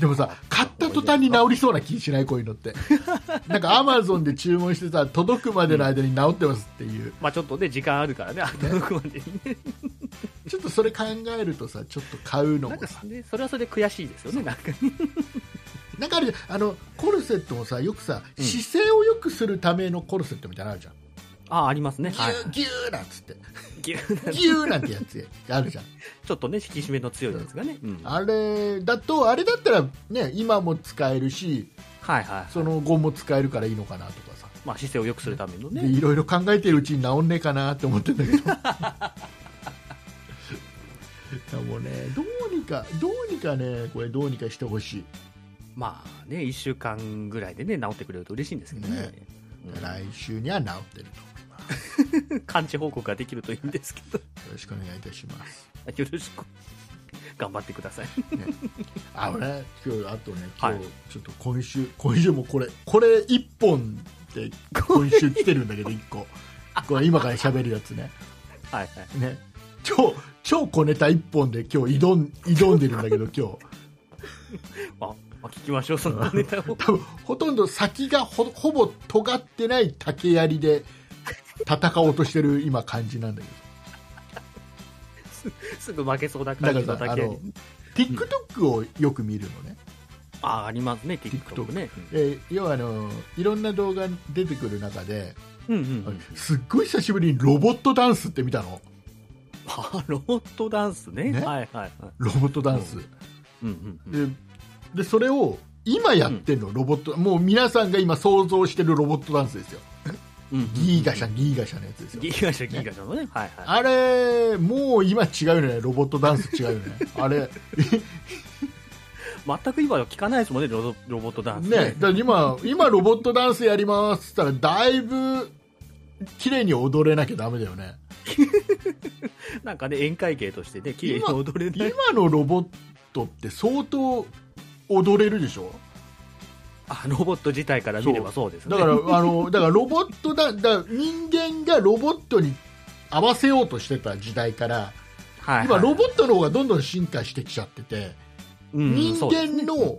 Speaker 2: でもさ買った途端に治りそうな気しないこういうのって なんかアマゾンで注文してさ届くまでの間に治ってますっていう
Speaker 3: まあちょっとね時間あるからねあとどこまでにね
Speaker 2: ちょっとそれ考えるとさちょっと買うの
Speaker 3: な
Speaker 2: も
Speaker 3: んか
Speaker 2: さ
Speaker 3: ね、それはそれで悔しいですよね、なんかね。
Speaker 2: なんかあるあのコルセットもさよくさ、
Speaker 3: うん
Speaker 2: 姿勢を良くするためのコルセットみたいなのあるじゃん
Speaker 3: あ、ありますね。
Speaker 2: ギュ
Speaker 3: はい、
Speaker 2: ーギューなんつって
Speaker 3: ぎゅー
Speaker 2: ギューなんてやつあるじゃん
Speaker 3: ちょっとね、引き締めの強いやつがね。うんはい
Speaker 2: あれだとあれだったらね今も使えるし
Speaker 3: はい。
Speaker 2: その後も使えるからいいのかなとかさ
Speaker 3: まあ姿勢を良くするための
Speaker 2: で
Speaker 3: ね。
Speaker 2: いろいろ考えてるうちに治んねえかなって思ってんだけどだからもうねどうにかどうにかねこれどうにかしてほしい
Speaker 3: まあね、1週間ぐらいでね、治ってくれると嬉しいんですけどね。
Speaker 2: ね来週には治ってると思いますよ
Speaker 3: うん 完治報告ができるといいんですけど、
Speaker 2: ろしくお願いいたします、
Speaker 3: よろしく。 頑張ってください。
Speaker 2: ね、あのね今日あとね今日、
Speaker 3: はい
Speaker 2: ちょっと今週今週もこれこれ1本で今週来てるんだけど1個これ今から喋るやつね
Speaker 3: はいはい。
Speaker 2: ね、超超小ネタ一本で今日挑ん挑んでるんだけ ど今日
Speaker 3: まあ、まあ聞きましょう、そのネタを。
Speaker 2: 多分ほとんど先がほほぼ尖ってない竹槍で戦おうとしてる今感じなんだけ
Speaker 3: すぐ負けそうな
Speaker 2: ど
Speaker 3: 感
Speaker 2: だ
Speaker 3: じ
Speaker 2: から
Speaker 3: の
Speaker 2: さ
Speaker 3: だ
Speaker 2: あ
Speaker 3: け
Speaker 2: の TikTok をよく見るのね、
Speaker 3: あ、ありますね、TikTok ね。
Speaker 2: えー要はあのいろんな動画出てくる中で、
Speaker 3: うんうんうん。
Speaker 2: すっごい久しぶりにロボットダンスって見たの
Speaker 3: あロボットダンスね。
Speaker 2: ね
Speaker 3: はいはいはい。
Speaker 2: ロボットダンス、
Speaker 3: うんうんうん。
Speaker 2: ででそれを今やってんの、ロボットもう皆さんが今想像してるロボットダンスですよギーガシャギーガシャのやつですよ
Speaker 3: ギガシャギガシャのね。はいはい。
Speaker 2: あれもう今違うよねロボットダンス違うよね あれ
Speaker 3: 全く今は聞かないですもんね、ロボロボットダンス。
Speaker 2: ね。だから今今ロボットダンスやりますっつったらだいぶ綺麗に踊れなきゃダメだよね
Speaker 3: なんかね、宴会芸としてね、綺麗に踊れない。
Speaker 2: 今のロボットって相当踊れるでしょ
Speaker 3: あ、ロボット自体から見ればそうですね。
Speaker 2: だから、あ の、だからロボットだ、だから人間がロボットに合わせようとしてた時代から、
Speaker 3: はいはい
Speaker 2: 今ロボットの方がどんどん進化してきちゃってて、
Speaker 3: うんうん
Speaker 2: 人間の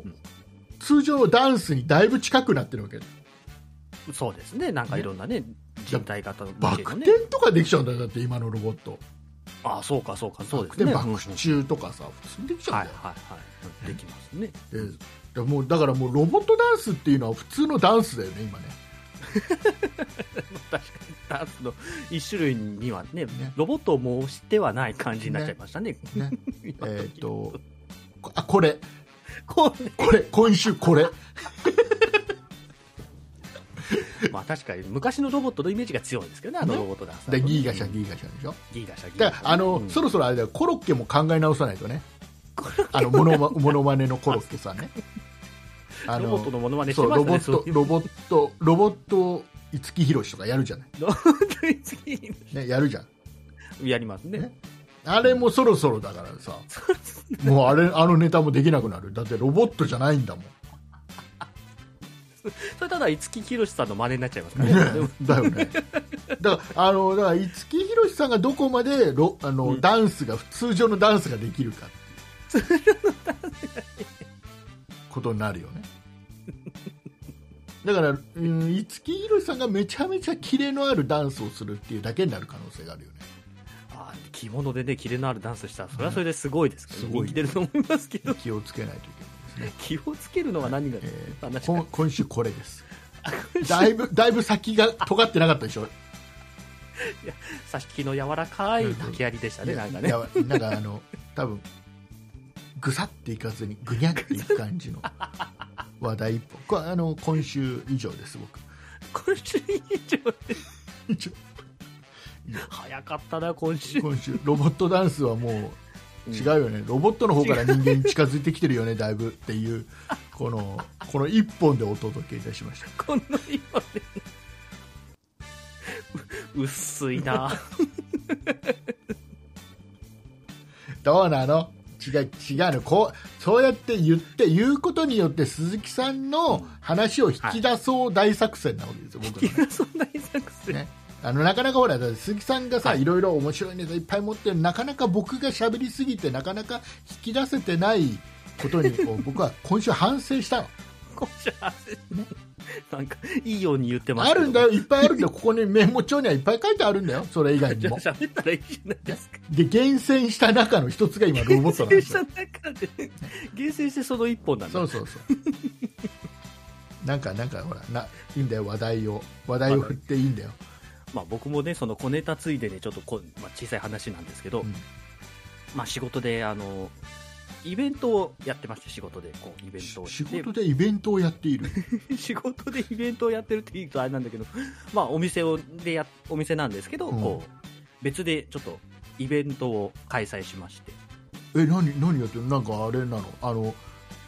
Speaker 2: 通常のダンスにだいぶ近くなってるわけ。
Speaker 3: そうですね、なんかいろんなね、人体型の
Speaker 2: バ
Speaker 3: 模
Speaker 2: ク
Speaker 3: 型の
Speaker 2: 転
Speaker 3: ね。
Speaker 2: とかできちゃうんだよ、だって今のロボット。
Speaker 3: ああ、そうか、そうか、そうです
Speaker 2: で
Speaker 3: ね。
Speaker 2: 爆中とかさ普通にできちゃ
Speaker 3: は
Speaker 2: う
Speaker 3: い
Speaker 2: んだよ、
Speaker 3: はいはい。できますね。
Speaker 2: ええでもうだからもうロボットダンスっていうのは普通のダンスだよね今ね
Speaker 3: 確かにダンスの一種類にはね
Speaker 2: ね
Speaker 3: ロボットを申してはない感じになっちゃいましたね。
Speaker 2: ね
Speaker 3: 今
Speaker 2: えっとこあこれ
Speaker 3: こうね
Speaker 2: これ今週これ
Speaker 3: まあ確かに昔のロボットのイメージが強いですけどね、あのロボットダンスだ
Speaker 2: で
Speaker 3: とね、
Speaker 2: ギーガシャ
Speaker 3: ー。
Speaker 2: ギーガシャでしょ
Speaker 3: ギーガシャ、ギー
Speaker 2: だ
Speaker 3: ガ
Speaker 2: か
Speaker 3: シャ。
Speaker 2: らあの、
Speaker 3: うん
Speaker 2: そろそろあれだよコロッケも考え直さないとねあのモノマモノマネのコロッケさん ねあ
Speaker 3: ロボットのモノマネし
Speaker 2: そ
Speaker 3: て
Speaker 2: う
Speaker 3: ま
Speaker 2: ロ
Speaker 3: した
Speaker 2: ボ
Speaker 3: ね、
Speaker 2: ットロボットロボット五木ひろしとかやるじゃない、
Speaker 3: ロボットに次
Speaker 2: ね、やるじゃん
Speaker 3: やりますね
Speaker 2: ね。あれもそろそろだから さもうあれあのネタもできなくなるだってロボットじゃないんだもん
Speaker 3: それただ、五木ひろしさんの真似になっちゃいますか
Speaker 2: ね
Speaker 3: らね。でも
Speaker 2: だよね。だから、あの、だから、五木ひろしさんがどこまでロ、あの、
Speaker 3: うん
Speaker 2: ダンスが、通常のダンスができるか。ことになるよね。だから、うん、五木ひろしさんがめちゃめちゃキレのあるダンスをするっていうだけになる可能性があるよね。
Speaker 3: あー着物でね、キレのあるダンスしたら、それはそれですごいですからね
Speaker 2: すごい
Speaker 3: 人気出ると思いますけど、
Speaker 2: 気をつけないといけないですね。
Speaker 3: 気をつけるのは何が
Speaker 2: え ー
Speaker 3: 話
Speaker 2: こ
Speaker 3: が
Speaker 2: ん今週これです。だいぶ、だいぶ先が尖ってなかったでしょ。
Speaker 3: さっきの柔らかい竹槍でしたね、
Speaker 2: いや
Speaker 3: なんかね。
Speaker 2: やなんかあの多分ぐさっていかずにぐにゃっていく感じの話題一本これあの今週以上です僕
Speaker 3: 今週以上で
Speaker 2: 一
Speaker 3: 早かったな今週
Speaker 2: 応今週ロボットダンスはもう違うよね、ロボットの方から人間に近づいてきてるよねだいぶっていうこのこの一本でお届けいたしました
Speaker 3: この今でう薄 いな
Speaker 2: どうなの違う違うのこうそうやって言って言うことによって鈴木さんの話を引き出そう大作戦なわけですよ、僕のね
Speaker 3: そんなに作戦、
Speaker 2: ねあのなかなかほらだって鈴木さんがさ、、
Speaker 3: はいい
Speaker 2: ろいろ面白いネタいっぱい持ってるなかなか僕が喋りすぎてなかなか引き出せてないことにこう僕は今週反省した の
Speaker 3: 今週焦るねなんかいいように言ってます
Speaker 2: あ
Speaker 3: けど
Speaker 2: るんだよいっぱいあるんだよここにメモ帳にはいっぱい書いてあるんだよそれ以外
Speaker 3: じ
Speaker 2: に
Speaker 3: ゃあ
Speaker 2: も
Speaker 3: 喋ったらいいじゃないですか
Speaker 2: で厳選した中の一つが今ロボットなんで
Speaker 3: 厳選し
Speaker 2: す
Speaker 3: た
Speaker 2: よ
Speaker 3: 中で厳選してその一本なんだ
Speaker 2: そうそうそうなんかなんかほらないいんだよ話題を話題を振っていいんだよ、
Speaker 3: まあ、僕もねその小ネタついでねちょっとこ、まあ、小さい話なんですけど、
Speaker 2: うん
Speaker 3: まあ、仕事であのイベントをやってまして仕事でこうイベントを
Speaker 2: 仕
Speaker 3: して
Speaker 2: 事でイベントをやっている
Speaker 3: 仕事で イベントをやってるって言うとあれなんだけど、 まあ、お店をでやお店なんですけど、
Speaker 2: うん
Speaker 3: こう別でちょっとイベントを開催しまして
Speaker 2: え何何やってるなんかあれなのあの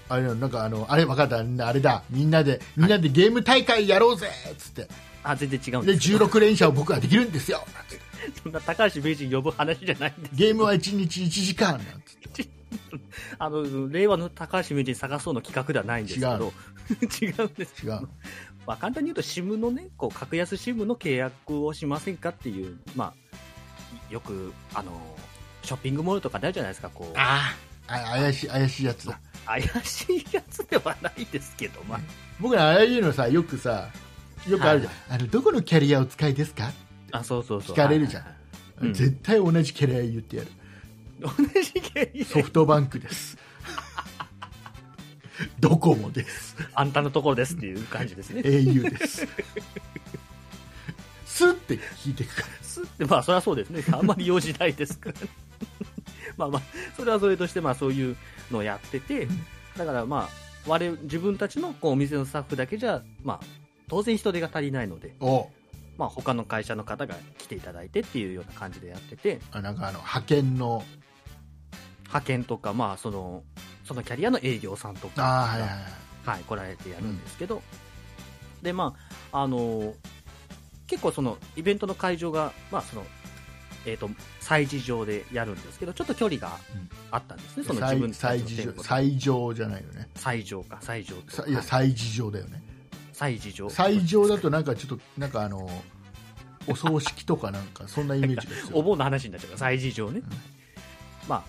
Speaker 2: あれなのなんかあのあれ分かったあれだみんなでみんなでゲーム大会やろうぜっつって
Speaker 3: あ全然違うん
Speaker 2: で
Speaker 3: ですけど
Speaker 2: 16連射を僕はできるんですよなんつって
Speaker 3: そんな高橋名人呼ぶ話じゃないんで
Speaker 2: ゲームは1日1時間なんつって
Speaker 3: あの令和の高橋名人探そうの企画ではないんですけど 違うんです
Speaker 2: 違うの
Speaker 3: まあ、簡単に言うと、シムのね、こう格安シムの契約をしませんかっていう、まあ、よく、あの、ショッピングモールとかであるじゃないですか、こう、
Speaker 2: あああ怪しい怪しいやつだ
Speaker 3: 怪しいやつではないですけど、まあ、
Speaker 2: 僕らああいうのさよくさよくあるじゃん、あのどこのキャリアを使いですか、
Speaker 3: あ、そうそうそ
Speaker 2: 聞
Speaker 3: う。
Speaker 2: かれるじゃん
Speaker 3: はいうん
Speaker 2: 絶対同じキャリア言ってやる
Speaker 3: はいはい。同じ経
Speaker 2: ソ
Speaker 3: 緯
Speaker 2: フトバンクです ドコモです
Speaker 3: あんたのところですっていう感じです ね。
Speaker 2: au ですスッて聞いていくから
Speaker 3: すって、まあ、それはそうですね。あんまり用事ないですから、 ね、まあまあ、それはそれとして、まあ、そういうのをやってて、だからまあ、我々、自分たちのこうお店のスタッフだけじゃ、まあ、当然人手が足りないので、
Speaker 2: お
Speaker 3: まあ、他の会社の方が来ていただいてっていうような感じでやってて、
Speaker 2: あなんかあの派遣の
Speaker 3: 派遣とか、まあ、その、そのキャリアの営業さんとかが、
Speaker 2: あーはいはいはい
Speaker 3: はい来られてやるんですけど、で、まあ、あの、結構そのイベントの会場が、まあ、その、えっ、と、催事場でやるんですけど、ちょっと距離が
Speaker 2: うん
Speaker 3: あったんですね、その自分
Speaker 2: 最
Speaker 3: たち
Speaker 2: 最事情
Speaker 3: の店舗と
Speaker 2: 最上じゃないよね
Speaker 3: 催場か、催場と
Speaker 2: さいや最事情だよね
Speaker 3: 催事場。
Speaker 2: 最上だとなんかちょっとなんかあのお葬式とかなんかそんなイメー ジです
Speaker 3: お
Speaker 2: よ
Speaker 3: 盆の話になっちゃうから、催事場ね、
Speaker 2: ん
Speaker 3: まあ、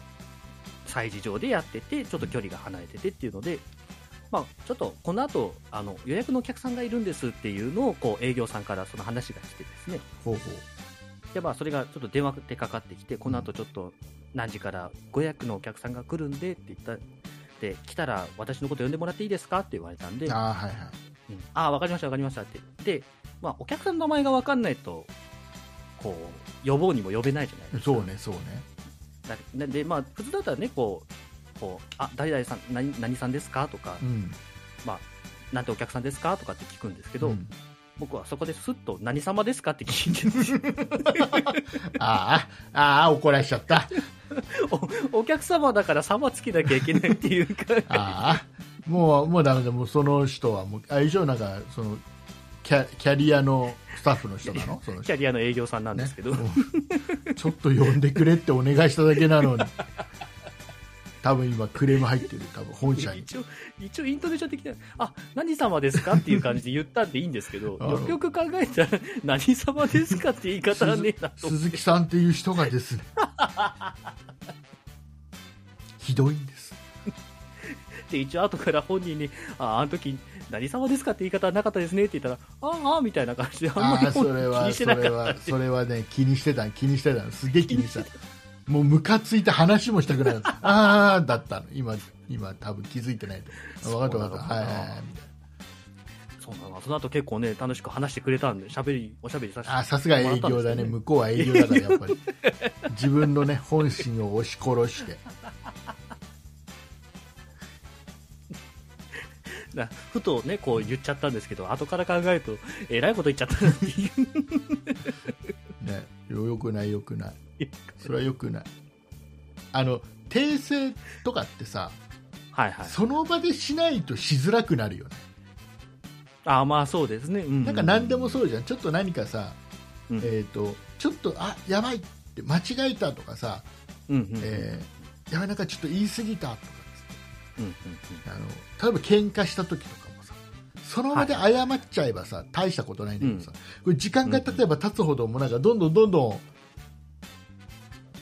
Speaker 3: 催事場でやってて、ちょっと距離が離れててっていうので、まあ、ちょっとこの後あの予約のお客さんがいるんですっていうのをこう営業さんからその話が来てですね、
Speaker 2: ほうほう
Speaker 3: で、まあ、それがちょっと電話でかかってきて、この後ちょっと何時からご予約のお客さんが来るんでって言ったで、来たら私のこと呼んでもらっていいですかって言われたんで、
Speaker 2: あーはいはい
Speaker 3: うんああ、わかりました、わかりましたって。で、まあ、お客さんの名前がわかんないと、こう、呼ぼうにも呼べないじゃないですか。
Speaker 2: そうねそうね
Speaker 3: だなで、まあ、普通だったらね、こう、こうあ、誰々さん、何何さんですかとか、
Speaker 2: うん
Speaker 3: なんてお客さんですかとかって聞くんですけど、
Speaker 2: うん
Speaker 3: 僕はそこですっと、何様ですかって聞いてるんですよ
Speaker 2: あーああー怒らしちゃった
Speaker 3: おお客様だから様つけなきゃいけないっていうか、
Speaker 2: ああもうもうダメだもうその人はもうあれ以上なんかそのキャキャリアのスタッフの人なのその
Speaker 3: キ
Speaker 2: 人
Speaker 3: ャリアの営業さんなんですけ ど、
Speaker 2: うんちょっと呼んでくれってお願いしただけなのに多分今クレーム入ってる多分本社に
Speaker 3: 一応、一応イントネーション的には、あ、何様ですかっていう感じで言ったんでいいんですけど、
Speaker 2: あ
Speaker 3: よくよく考えたら、何様ですかって言い方はねえなと。
Speaker 2: 鈴木さんっていう人がですねひどいんです
Speaker 3: で一応後から本人に「ああの時何様ですか?」って言い方はなかったですねって言ったら「ああ」みたいな感じであんま
Speaker 2: あ
Speaker 3: り
Speaker 2: あそれ
Speaker 3: 本
Speaker 2: は
Speaker 3: 人気
Speaker 2: そ
Speaker 3: にしてな
Speaker 2: れ
Speaker 3: かっ
Speaker 2: は
Speaker 3: たし
Speaker 2: それはね気にしてた気にしてたすげえ気にしてたもうムカついて話もしたくなかったああだったの今今多分気づいてないと分かった分かった
Speaker 3: そう
Speaker 2: は
Speaker 3: ないの
Speaker 2: はい
Speaker 3: かな
Speaker 2: はいみたい
Speaker 3: そうなのその後結構ね楽しく話してくれたんでしゃべりおしゃべりさせて
Speaker 2: なあさすが営業だね向こうは営業だからやっぱり自分のね本心を押し殺して
Speaker 3: なふとねこう言っちゃったんですけど後から考えるとえらいこと言っちゃったなっていう
Speaker 2: ねよよくないよくないそれはよくないあの訂正とかってさ、
Speaker 3: はいはい
Speaker 2: その場でしないとしづらくなるよね
Speaker 3: ああまあそうですねうん
Speaker 2: なんか何でもそうじゃん、ちょっと何かさ、
Speaker 3: うん
Speaker 2: えー、とちょっと、あやばいって間違えたとかさ、
Speaker 3: うんうんうん
Speaker 2: えーやばい、なんかちょっと言い過ぎたとか
Speaker 3: うんうん
Speaker 2: あの、例えば喧嘩した時とかもさ、その場で謝っちゃえばさ、大したことないんだけどさ、これ時間が経てば経つほど、もうなんかどんどんどんどん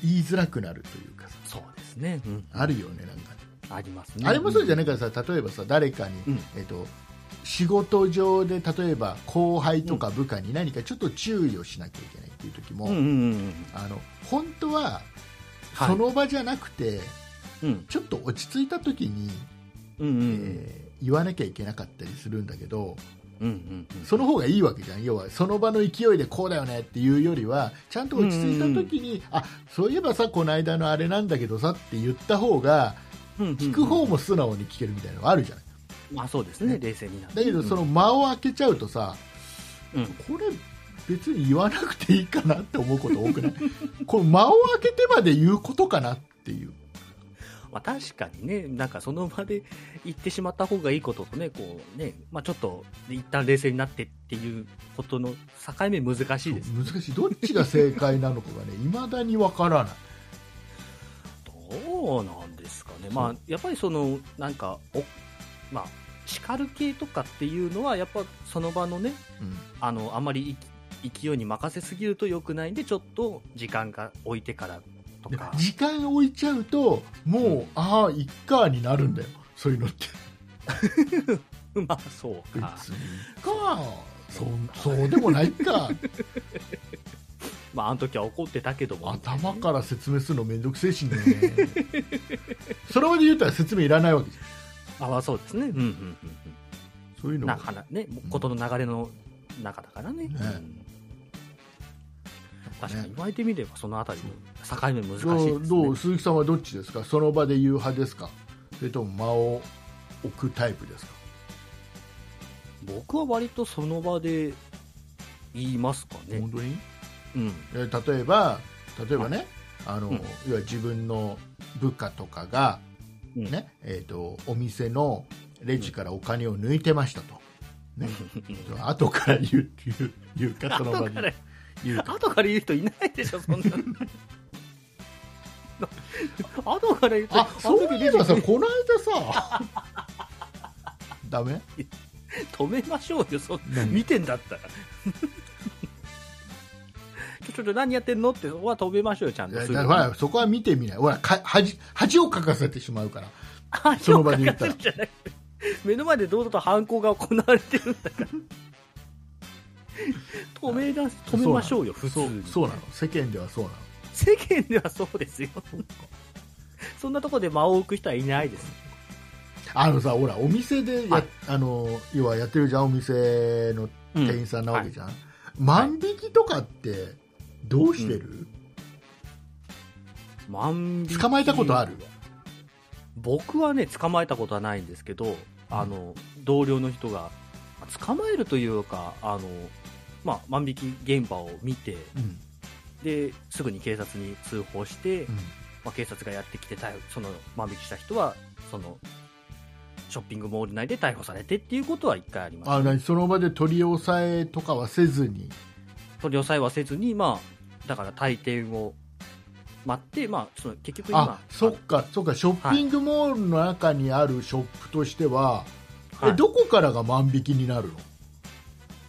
Speaker 2: 言いづらくなるというかさ、
Speaker 3: そうですね、うん、
Speaker 2: あるよね、なんかね。
Speaker 3: ありますね
Speaker 2: あれもそうじゃ
Speaker 3: な
Speaker 2: ないからさ例えばさ誰かに、
Speaker 3: うん
Speaker 2: えっと仕事上で例えば後輩とか部下に何かちょっと注意をしなきゃいけないっていう時も、
Speaker 3: うんうんうん
Speaker 2: あの本当は
Speaker 3: はい
Speaker 2: その場じゃなくて、
Speaker 3: うん
Speaker 2: ちょっと落ち着いた時に、
Speaker 3: うんうんうん
Speaker 2: えー言わなきゃいけなかったりするんだけど
Speaker 3: うんうんうん
Speaker 2: その方がいいわけじゃん要はその場の勢いでこうだよねっていうよりはちゃんと落ち着いた時に、あそういえばさこの間のあれなんだけどさって言った方が
Speaker 3: うんうんうん
Speaker 2: 聞く方も素直に聞けるみたいなのがあるじゃない。
Speaker 3: まあそうですね冷静になって
Speaker 2: だけどその間を空けちゃうとさ、
Speaker 3: うん
Speaker 2: これ別に言わなくていいかなって思うこと多くない これ間を空けてまで言うことかなっていう
Speaker 3: まあ、確かにね、なんかその場で行ってしまった方がいいこととね、こうね、まあ、ちょっと一旦冷静になってっていうことの境目難しいです。
Speaker 2: 難しいどっちが正解なのか がねいまだにわからない
Speaker 3: どうなんですかね。まあ、やっぱりその、なんか、お、まあ、叱る系とかっていうのは、やっぱその場のね、あの、あんまりい勢いに任せすぎると良くないんで、ちょっと時間が置いてからと
Speaker 2: で
Speaker 3: か。
Speaker 2: 時間置いちゃうともう、
Speaker 3: うん
Speaker 2: ああいっかになるんだよそういうのって
Speaker 3: まあ、そう
Speaker 2: 別に
Speaker 3: か。
Speaker 2: かそんそうでもないか
Speaker 3: まあ、あの時は怒ってたけども。
Speaker 2: 頭から説明するのめんどくせえし ねそれまで言ったら説明いらないわけじゃん
Speaker 3: あ、まあ、そうですね。うんうんうんうん。
Speaker 2: そういうの
Speaker 3: な
Speaker 2: も
Speaker 3: かなね
Speaker 2: う、ん
Speaker 3: ことの流れの中だからね。
Speaker 2: ね
Speaker 3: うん確かに言われてみればそのあたりも境目難しい
Speaker 2: ど
Speaker 3: で
Speaker 2: う
Speaker 3: す
Speaker 2: ど
Speaker 3: ね
Speaker 2: う。鈴木さんはどっちですかその場で言う派ですかそれとも間を置くタイプですか
Speaker 3: 僕は割とその場で言いますかね
Speaker 2: 本。当に
Speaker 3: うん。
Speaker 2: えー例えば例えばねあの、
Speaker 3: うん
Speaker 2: いわゆる自分の部下とかが、
Speaker 3: うん
Speaker 2: ねえー、とお店のレジからお金を抜いてましたと、ね、後から言う言う言う かその場
Speaker 3: 後
Speaker 2: に
Speaker 3: から、
Speaker 2: 言うか
Speaker 3: 後から言う人いないでしょ、そんな の。後から言うと、
Speaker 2: あそういえばさこの間さ ダメ
Speaker 3: 止めましょうよ、そん
Speaker 2: 何
Speaker 3: 見てん だったら。ちょちょっと何やってんのって、そこは止めましょうよ、ちゃん
Speaker 2: い
Speaker 3: と
Speaker 2: や
Speaker 3: す
Speaker 2: だ
Speaker 3: ぐ
Speaker 2: か
Speaker 3: に。
Speaker 2: らほらそこは見てみないほらか恥恥をかかせてしまうから
Speaker 3: あ
Speaker 2: その場に行ったら
Speaker 3: 評価 されるんじゃなくて目の前で堂々と犯行が行われてるんだから止めだ止めましょうよ、普通
Speaker 2: そう
Speaker 3: に
Speaker 2: そうなの世間ではそうなの
Speaker 3: 世間ではそうですよ。そんなとこで間を置く人はいないです。
Speaker 2: あのさほらお店でや、
Speaker 3: はい
Speaker 2: あの要はやってるじゃんお店の
Speaker 3: うん
Speaker 2: 店員さんなわけじゃん、万引きとかってどうしてる、
Speaker 3: 万引き
Speaker 2: 捕まえたことある
Speaker 3: 僕はね、捕まえたことはないんですけど、あの、同僚の人が、捕まえるというか、あの、まあ、万引き現場を見て、
Speaker 2: うん
Speaker 3: で、すぐに警察に通報して、まあ、警察がやってきて逮捕、その万引きした人は、その、ショッピングモール内で逮捕されてっていうことは一回あります
Speaker 2: あ何その場で取り押さえとかはせずに
Speaker 3: 取り押さえはせずに、まあ、だから退店を待って、まあ、その結局今、
Speaker 2: あそっかそっかショッピングモールの中にあるショップとしては、
Speaker 3: はい
Speaker 2: えどこからが万引きになるの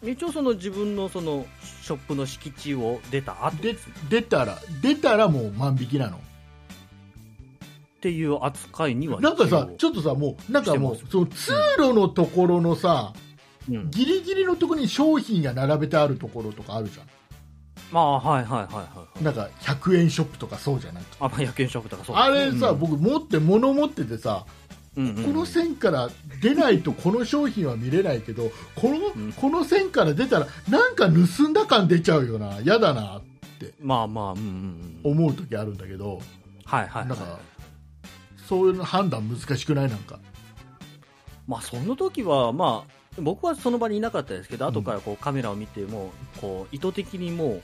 Speaker 3: 一応その自分のそのショップの敷地を出た後
Speaker 2: で
Speaker 3: っ
Speaker 2: 出たら出たらもう万引きなの
Speaker 3: ていう扱いには
Speaker 2: なんかさ
Speaker 3: 一応
Speaker 2: ちょっとさもうなんかも
Speaker 3: して
Speaker 2: う
Speaker 3: ま
Speaker 2: その通路のところのさ、
Speaker 3: うん
Speaker 2: ギリギリのところに商品が並べてあるところとかあるじゃ
Speaker 3: まあはいはいはいはい
Speaker 2: んなんか100円ショップとかそうじゃないか
Speaker 3: あまあ野犬ショップとかそう
Speaker 2: あれ
Speaker 3: ですね
Speaker 2: さ、僕持って物持っててさ、
Speaker 3: うんうんうん
Speaker 2: この線から出ないとこの商品は見れないけどこの,、
Speaker 3: うん
Speaker 2: この線から出たらなんか盗んだ感出ちゃうよな嫌だな
Speaker 3: まあまあうんうんうん
Speaker 2: 思う時あるんだけど
Speaker 3: はいはい、
Speaker 2: なん
Speaker 3: はい
Speaker 2: か、そういうの判断難しくないなんか
Speaker 3: まあその時はまあ僕はその場にいなかったですけど後からこうカメラを見てもこう意図的にもう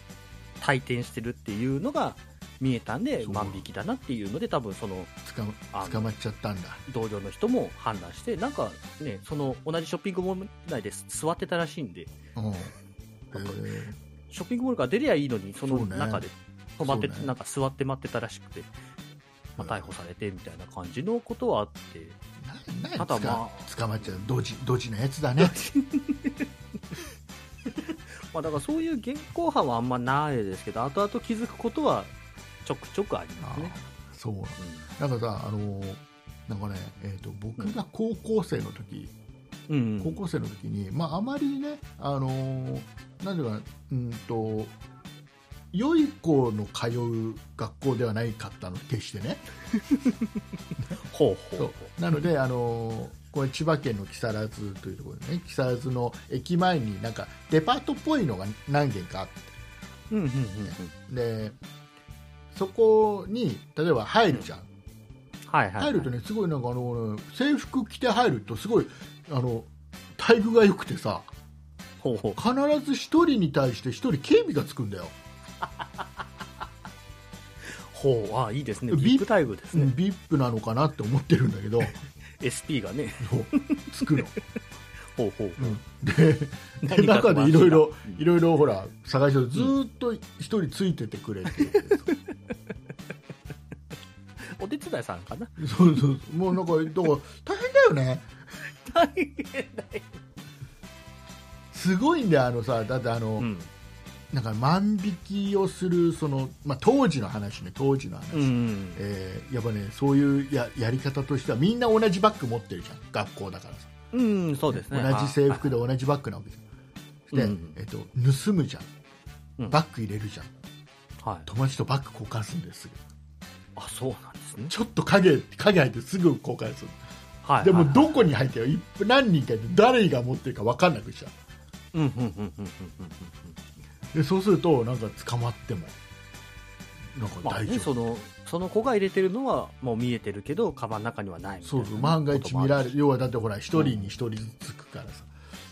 Speaker 3: 退店してるっていうのが見えたんで
Speaker 2: そう
Speaker 3: 万引きだなっていうので多分その
Speaker 2: 捕ま
Speaker 3: あ
Speaker 2: 捕まっちゃったんだ
Speaker 3: 同僚の人も判断して、なんかね、その同じショッピングモール内で座ってたらしいんで、
Speaker 2: うん、へえ
Speaker 3: ショッピングモールから出りゃいいのに、そ
Speaker 2: そ
Speaker 3: の
Speaker 2: うね
Speaker 3: 中で止まって、
Speaker 2: そうね
Speaker 3: なんか座って待ってたらしくて、まあ、逮捕されてみたいな感じのことはあって、
Speaker 2: ななんや
Speaker 3: あとはま
Speaker 2: つか捕まっちゃうドジドジなやつだね
Speaker 3: まあ、だからそういう現行犯はあんまないですけど、後々気づくことはちょくちょくありま
Speaker 2: あ
Speaker 3: すね。
Speaker 2: ーそうなんかさあのーなんかね、えー、と僕が高校生の時、
Speaker 3: うん、うん
Speaker 2: 高校生の時に、まあ、あまりね、あのーなんていうかな、うんと、良い子の通う学校ではないかったの、決してね。
Speaker 3: ほうほ
Speaker 2: そううなの で、あのーこれ千葉県の木更津というところでね、木更津の駅前になんかデパートっぽいのが何軒かあって、
Speaker 3: うんうんうんうん
Speaker 2: でそこに例えば入るじゃん、
Speaker 3: はいはいはい、
Speaker 2: 入るとね、すごいなんかあの、制服着て入ると、すごい、あの、待遇が良くてさ、
Speaker 3: ほうほう
Speaker 2: 必ず一人に対して一人警備がつくんだよ。
Speaker 3: ほうああいいですね
Speaker 2: ビ
Speaker 3: ビップ待遇です
Speaker 2: う
Speaker 3: ね、
Speaker 2: ん、VIP なのかなって思ってるんだ けど、
Speaker 3: SP がね
Speaker 2: そうつくの。
Speaker 3: ほうほ う、
Speaker 2: うん、で、
Speaker 3: 何
Speaker 2: 中
Speaker 3: か
Speaker 2: でいろいろ
Speaker 3: う、ん
Speaker 2: いろいろほら、探してるとずーっと一人ついててくれて、
Speaker 3: お手伝いさんかな
Speaker 2: そうそうそう、もうなんか、だから大変だよね。
Speaker 3: 大変だよ、
Speaker 2: すごいんだよ、あのさ、だってあの、
Speaker 3: うん
Speaker 2: なんか万引きをする、その、まあ、当時の話ね、当時の話。
Speaker 3: うん
Speaker 2: えーやっぱねそういうややり方としてはみんな同じバッグ持ってるじゃん学校だからさ、
Speaker 3: うん、そうですね。
Speaker 2: 同じ制服で同じバッグなわけじゃんで、
Speaker 3: うん
Speaker 2: えっと盗むじゃん、
Speaker 3: うん
Speaker 2: バッグ入れるじゃん
Speaker 3: はい。はい。
Speaker 2: 友達とバッグ交換するんですぐ
Speaker 3: あ、そうなんですね。
Speaker 2: ちょっと影影入ってすぐ交換する
Speaker 3: はい。
Speaker 2: でも
Speaker 3: はい
Speaker 2: どこに入ってよい何人かいて誰が持ってるか分かんなくしちゃ
Speaker 3: うん、うん、うん、うん、うん。
Speaker 2: うでそうするとなんか捕まってもなんか
Speaker 3: まあ
Speaker 2: 大
Speaker 3: ね、
Speaker 2: 丈
Speaker 3: そ
Speaker 2: 夫、
Speaker 3: の、その子が入れてるのは、もう見えてるけど、カバンの中にはないみたい
Speaker 2: そう
Speaker 3: な
Speaker 2: そう万が一見られ
Speaker 3: る。
Speaker 2: る要はだってほら一人に一人ずつつくからさ、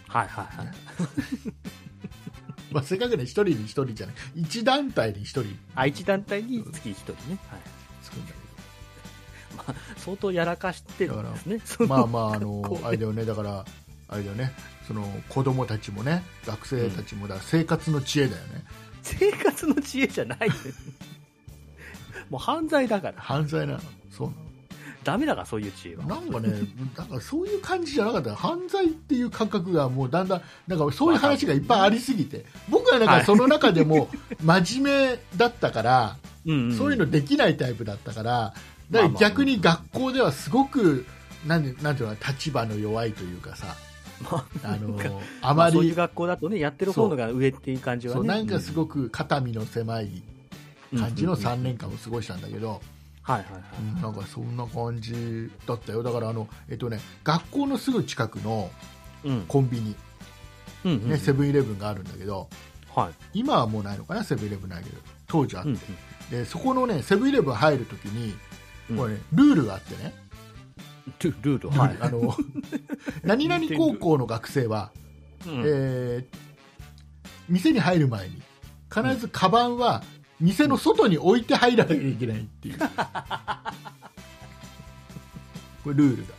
Speaker 3: はい、はい、はい。
Speaker 2: まあ、せっかくね一人に一人じゃない一団体に一人
Speaker 3: あ、一団体に月一人ね。はい。
Speaker 2: つくんだけ
Speaker 3: 相当やらかしてるんですね。そ
Speaker 2: ど、
Speaker 3: の
Speaker 2: まあまあ、あ
Speaker 3: こ
Speaker 2: の
Speaker 3: う、
Speaker 2: あれだよね、だから、あれだよね、その子供たちもね、学生たちもだ、生活の知恵だよね、
Speaker 3: 生活の知恵じゃない よもう犯罪だから。
Speaker 2: 犯罪なの、そう
Speaker 3: ダメだから、そういう知恵
Speaker 2: なの、
Speaker 3: は。
Speaker 2: なんかね、 だからそういう感じじゃなかった、犯罪っていう感覚がもうだんだん、なんかそういう話がいっぱいありすぎて、僕はなん
Speaker 3: は
Speaker 2: か
Speaker 3: い
Speaker 2: その中でも、真面目だったから、
Speaker 3: うん、うん。
Speaker 2: そういうのできないタイプだったから、だから逆に学校ではすごく、なんてなんていうのかな立場の弱いというかさ、
Speaker 3: ま
Speaker 2: あの
Speaker 3: なんか
Speaker 2: あ
Speaker 3: あ、ま
Speaker 2: ま
Speaker 3: あ、そうい
Speaker 2: り
Speaker 3: う学校だとね、やってる方のが上っていう感じはね。
Speaker 2: そうなんかすごく肩身の狭い感じの3年間を過ごしたんだけど、
Speaker 3: はいはいはい。
Speaker 2: うんなんかそんな感じだったよだからあの、えっとね、学校のすぐ近くの
Speaker 3: うん。
Speaker 2: コンビニ、
Speaker 3: うんうん
Speaker 2: ねセブンイレブンがあるんだけど
Speaker 3: はい。
Speaker 2: 今はもうないのかなセブンイレブンないけど当時あっ
Speaker 3: う
Speaker 2: て、
Speaker 3: ん
Speaker 2: でそこの、ね、セブンイレブン入るときに、
Speaker 3: うん
Speaker 2: これねルールがあってね、
Speaker 3: ルルール、はい。
Speaker 2: あ の何々高校の学生は、
Speaker 3: うん
Speaker 2: えー店に入る前に必ずカバンは店の外に置いて入らなきゃいけないって いうこれルールだ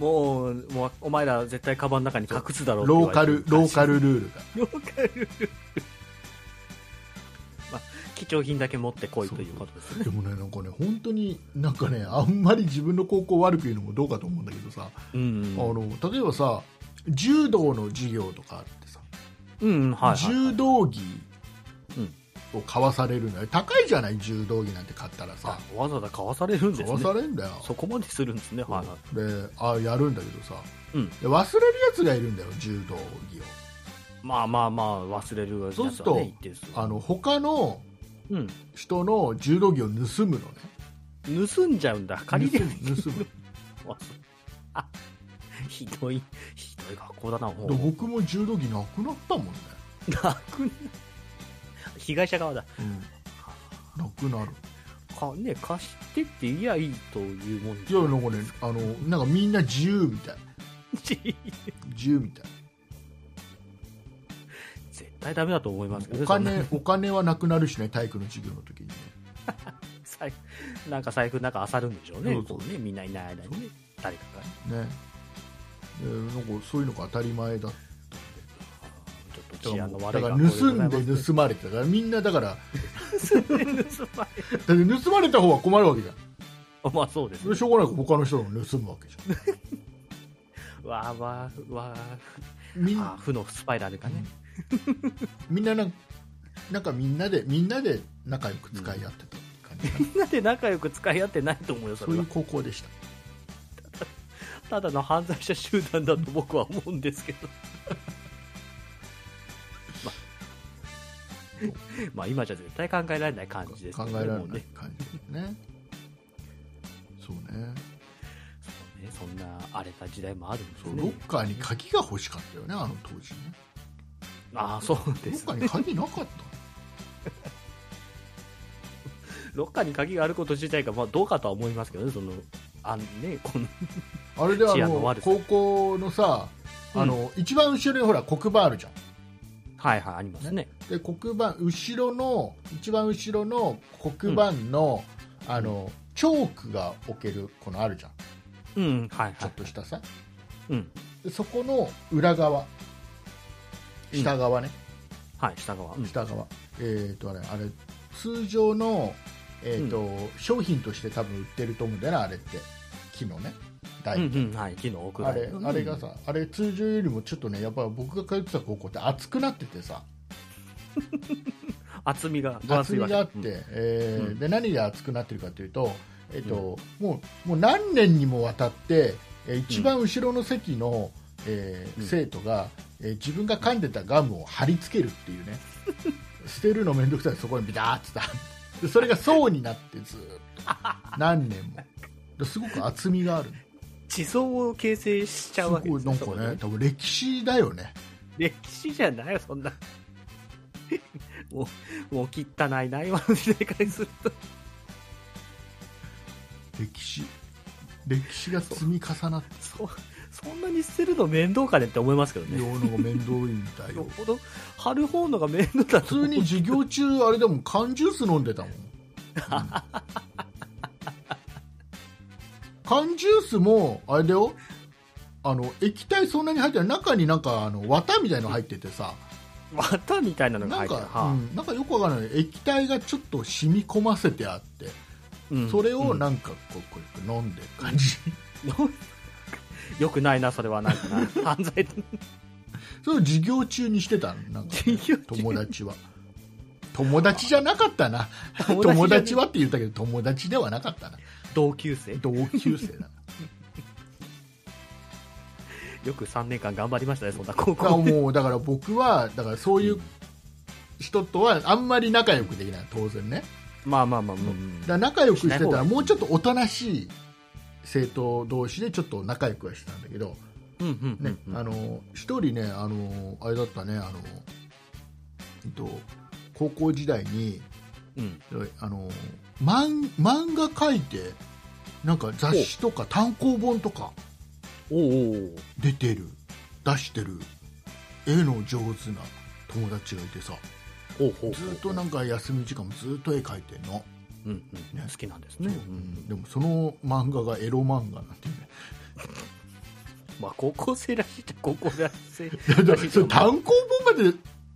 Speaker 3: もう、もう、お前ら絶対カバンの中に隠すだろうって言
Speaker 2: ロー
Speaker 3: われ
Speaker 2: カ
Speaker 3: て
Speaker 2: ル
Speaker 3: る
Speaker 2: ローカ。ルルールだ
Speaker 3: ローカルルール。まあ、貴重品だけ持ってこいということですね。
Speaker 2: でもねなんかね本当になんかねあんまり自分の高校を悪く言うのもどうかと思うんだけどさ、
Speaker 3: うんうん。
Speaker 2: あの例えばさ柔道の授業とかあってさ、
Speaker 3: うんうん、はい、はい。
Speaker 2: 柔道着を買わされるのよ高いじゃない柔道着なんて買ったらさ
Speaker 3: あわざわざ買わされるんです
Speaker 2: 買
Speaker 3: ね。
Speaker 2: わされるんだよ
Speaker 3: そこまでするんですね。はいはい。
Speaker 2: であやるんだけどさ、
Speaker 3: うん
Speaker 2: で忘れるやつがいるんだよ柔道着を
Speaker 3: まあまあまあ、忘れるやつは
Speaker 2: そ
Speaker 3: ね、
Speaker 2: うすると
Speaker 3: 一定数
Speaker 2: あの他の
Speaker 3: うん。
Speaker 2: 人の柔道着を盗むのね
Speaker 3: 盗んじゃうんだ。借りれない。
Speaker 2: 盗む盗む
Speaker 3: あ ひどい、ひどい学校だな、も
Speaker 2: で
Speaker 3: う。
Speaker 2: 僕も柔道着なくなったもんね、
Speaker 3: 楽に被害者側だ。
Speaker 2: なくなる
Speaker 3: かね、貸してって言いゃいいというもん
Speaker 2: いやなんかねあのなんかみんな自由みたい
Speaker 3: 絶
Speaker 2: 自由みたい
Speaker 3: 対ダメだと思いますけどね
Speaker 2: お金お金はなくなるしね体育の授業の時にね
Speaker 3: そんな財なんか財布なんか漁るんでしょうね
Speaker 2: そうそう
Speaker 3: こうねみんないない間にね誰かがね
Speaker 2: ねでなんかそういうのが当たり前だっ
Speaker 3: ちょっと
Speaker 2: た
Speaker 3: 治
Speaker 2: からも
Speaker 3: 安の
Speaker 2: う
Speaker 3: 悪
Speaker 2: だ
Speaker 3: い
Speaker 2: か
Speaker 3: 学
Speaker 2: ら盗
Speaker 3: 校でござい
Speaker 2: ん
Speaker 3: ます
Speaker 2: で盗まれてたからみんなだから
Speaker 3: 盗まれ
Speaker 2: だって盗まれた方は困るわけじゃん
Speaker 3: まあそうです
Speaker 2: そ
Speaker 3: ね
Speaker 2: れしょうがないから他の人の盗むわけじゃん
Speaker 3: わあわあわあ
Speaker 2: みん
Speaker 3: あ負のスパイラルがね、
Speaker 2: みんななんなんかみんなでみんなで仲良く使い合ってた感じかな、
Speaker 3: みんなで仲良く使い合ってないと思うよ そ
Speaker 2: そうい
Speaker 3: れは
Speaker 2: う高校でした
Speaker 3: ただの犯罪者集団だと僕は思うんですけど、 まあ、まあ今じゃ絶対考えられない感じです
Speaker 2: 考
Speaker 3: よ
Speaker 2: えられな
Speaker 3: もうね
Speaker 2: い感じですねそうね
Speaker 3: そうねそんな荒れた時代もあるんです
Speaker 2: そう
Speaker 3: ね
Speaker 2: ロッカーに鍵が欲しかったよねあの当時ね
Speaker 3: ああそう
Speaker 2: ロ
Speaker 3: です
Speaker 2: ッカーに鍵なかっ
Speaker 3: ロッカーに鍵があること自体がまあどうかとは思いますけどねそのあのねこの
Speaker 2: たあれであ
Speaker 3: 治安の
Speaker 2: の
Speaker 3: 悪さ
Speaker 2: 高校のさあの、一番後ろにほら黒板あるじゃん
Speaker 3: はいはいありますね
Speaker 2: で黒板後ろの一番後ろの黒板の、あのチョークが置けるこのあるじゃん
Speaker 3: うんはい
Speaker 2: ちょ
Speaker 3: はい
Speaker 2: っとしたさ
Speaker 3: うん
Speaker 2: でそこの裏側
Speaker 3: うん
Speaker 2: 下側ね、
Speaker 3: はい下側、うん
Speaker 2: 下側えー、とあれあれ通常の、えーと商品として多分売ってると思うんだよなあれって木のね台、
Speaker 3: うんうんはい木の奥
Speaker 2: あ
Speaker 3: 側
Speaker 2: れあれがさ、あれ通常よりもちょっとねやっぱ僕が通ってた高校って厚くなっててさ
Speaker 3: 厚みが分
Speaker 2: 厚
Speaker 3: 厚いわ
Speaker 2: み
Speaker 3: け
Speaker 2: があって、えー
Speaker 3: うん
Speaker 2: で何が厚くなってるかというと、えっともうもう何年にもわたって、えー一番後ろの席の、えー
Speaker 3: うん
Speaker 2: 生徒が、えー自分が噛んでたガムを貼り付けるっていう ね捨てるの面倒くさいそこにビターってさでそれが層になってずーっと何年もですごく厚みがある
Speaker 3: 地層を形成しちゃうわけです
Speaker 2: ごいなんかね多分歴史だよね
Speaker 3: 歴史じゃないよそんな もうもう汚いな今の時代からすると
Speaker 2: 歴史歴史が積み重なって
Speaker 3: そそんなに捨てるの面倒かねって思いますけどね
Speaker 2: 用のが面倒いみたいよ
Speaker 3: よっぽど貼る方のが面倒だと
Speaker 2: 普通に授業中あれでもん缶ジュース飲んでたもん、缶ジュースもあれだよあの液体そんなに入ってない中になんかあの綿みたいの入っててさ
Speaker 3: 綿みたいなのが
Speaker 2: なん
Speaker 3: 入ってる
Speaker 2: か、う
Speaker 3: は
Speaker 2: ん、なんかよくわからない液体がちょっと染み込ませてあって、
Speaker 3: いうん
Speaker 2: それを
Speaker 3: うん
Speaker 2: なんかこうこうこう飲んでる感じ、
Speaker 3: よくないなそれはなんかな犯罪だ
Speaker 2: それを授業中にしてたのなんか、
Speaker 3: 授業中
Speaker 2: 友達は友達じゃなかったな
Speaker 3: 友達じゃね
Speaker 2: 友達はって言ったけど友達ではなかったな
Speaker 3: 同級生
Speaker 2: 同級生だ
Speaker 3: よく3年間頑張りましたね、そんな高
Speaker 2: だから
Speaker 3: 校。
Speaker 2: もうだから僕はだからそういう人とはあんまり仲良くできない当然ね
Speaker 3: まあまあまあ、うんう
Speaker 2: だ
Speaker 3: ん
Speaker 2: から仲良くしてた
Speaker 3: しない
Speaker 2: ら
Speaker 3: 方がいい
Speaker 2: もうちょっとおとなしい生徒同士でちょっと仲良くはしてたんだけど
Speaker 3: うんうんうん
Speaker 2: ねあの一人ねあのあれだったねあの、えっと、高校時代に
Speaker 3: うん
Speaker 2: あの漫漫画描いてなんか雑誌とか単行本とか
Speaker 3: おうおう
Speaker 2: 出てる出してる絵の上手な友達がいてさ
Speaker 3: ほうほうほう
Speaker 2: ずっとなんか休み時間もずっと絵描いてんの、
Speaker 3: うんうん好きなんですね、うん
Speaker 2: でもその漫画がエロ漫画なんて いうね
Speaker 3: まあ高校生らしいって高校生
Speaker 2: だから
Speaker 3: らしい
Speaker 2: それ 単行本まで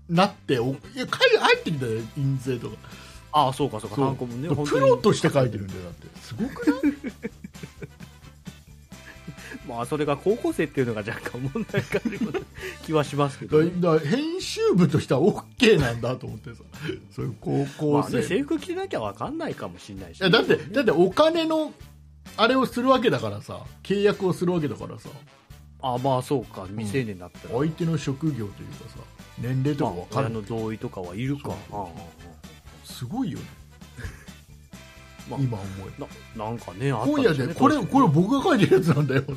Speaker 2: なっておいやかい入ってきたよ印税とか
Speaker 3: ああそうかそうか
Speaker 2: そう
Speaker 3: 単行本ね
Speaker 2: だから
Speaker 3: 本
Speaker 2: プ
Speaker 3: 当
Speaker 2: ロ
Speaker 3: に
Speaker 2: として書いてるんだよだってすごくない
Speaker 3: まあそれが高校生っていうのが若干問題があるような気はしますけ
Speaker 2: だ
Speaker 3: ど、
Speaker 2: か
Speaker 3: ね、
Speaker 2: らだから編集部としては OK なんだと思ってさ そういう高校
Speaker 3: まあ
Speaker 2: 生、
Speaker 3: ね制服着てなきゃわかんないかもしれないし
Speaker 2: いやだってだってお金のあれをするわけだからさ契約をするわけだからさ
Speaker 3: ああまあそうか未成年だったら、
Speaker 2: 相手の職業というかさ年齢と
Speaker 3: ま
Speaker 2: か
Speaker 3: あ
Speaker 2: 分か
Speaker 3: 親
Speaker 2: るの
Speaker 3: の同意とかはいるかあああ
Speaker 2: すご いよね、
Speaker 3: まあ
Speaker 2: 今思えば
Speaker 3: ああななんかねあったん
Speaker 2: 本屋
Speaker 3: しょう
Speaker 2: で
Speaker 3: ね
Speaker 2: これ
Speaker 3: 当時
Speaker 2: これ僕が書いてるやつなんだよ つって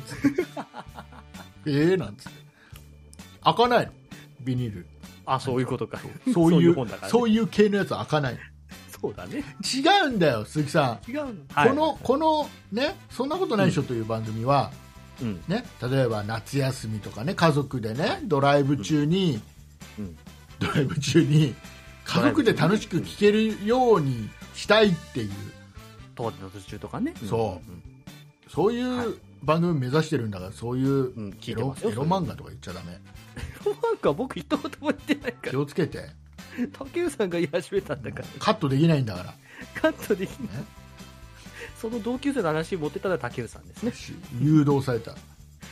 Speaker 2: ええなんつって開かないのビニー ル
Speaker 3: あそういうことか
Speaker 2: そういう
Speaker 3: 本だからね、
Speaker 2: そういう系のやつは開かない
Speaker 3: そうだね
Speaker 2: 違うんだよ鈴木さん、
Speaker 3: 違うの、はい、
Speaker 2: このこのねそんなことないでしょという番組は、
Speaker 3: うん
Speaker 2: ね例えば夏休みとかね家族でねドライブ中に、
Speaker 3: うん
Speaker 2: ドライブ中に家族で楽しく聴けるようにしたいっていう
Speaker 3: 当時の途中とかね
Speaker 2: そ
Speaker 3: うん
Speaker 2: そう
Speaker 3: はい
Speaker 2: いう番組目指してるんだからそういう
Speaker 3: うん、聞
Speaker 2: エ
Speaker 3: いて
Speaker 2: ロ
Speaker 3: ますよ。
Speaker 2: エロ漫画とか言っちゃダメ
Speaker 3: なんか僕一言も言ってないか
Speaker 2: 気
Speaker 3: ら、
Speaker 2: をつけて
Speaker 3: 竹内さんが言い始めたんだから、
Speaker 2: カットできないんだから
Speaker 3: カットできない。その同級生の話持ってたら竹内さんですね。
Speaker 2: 誘導された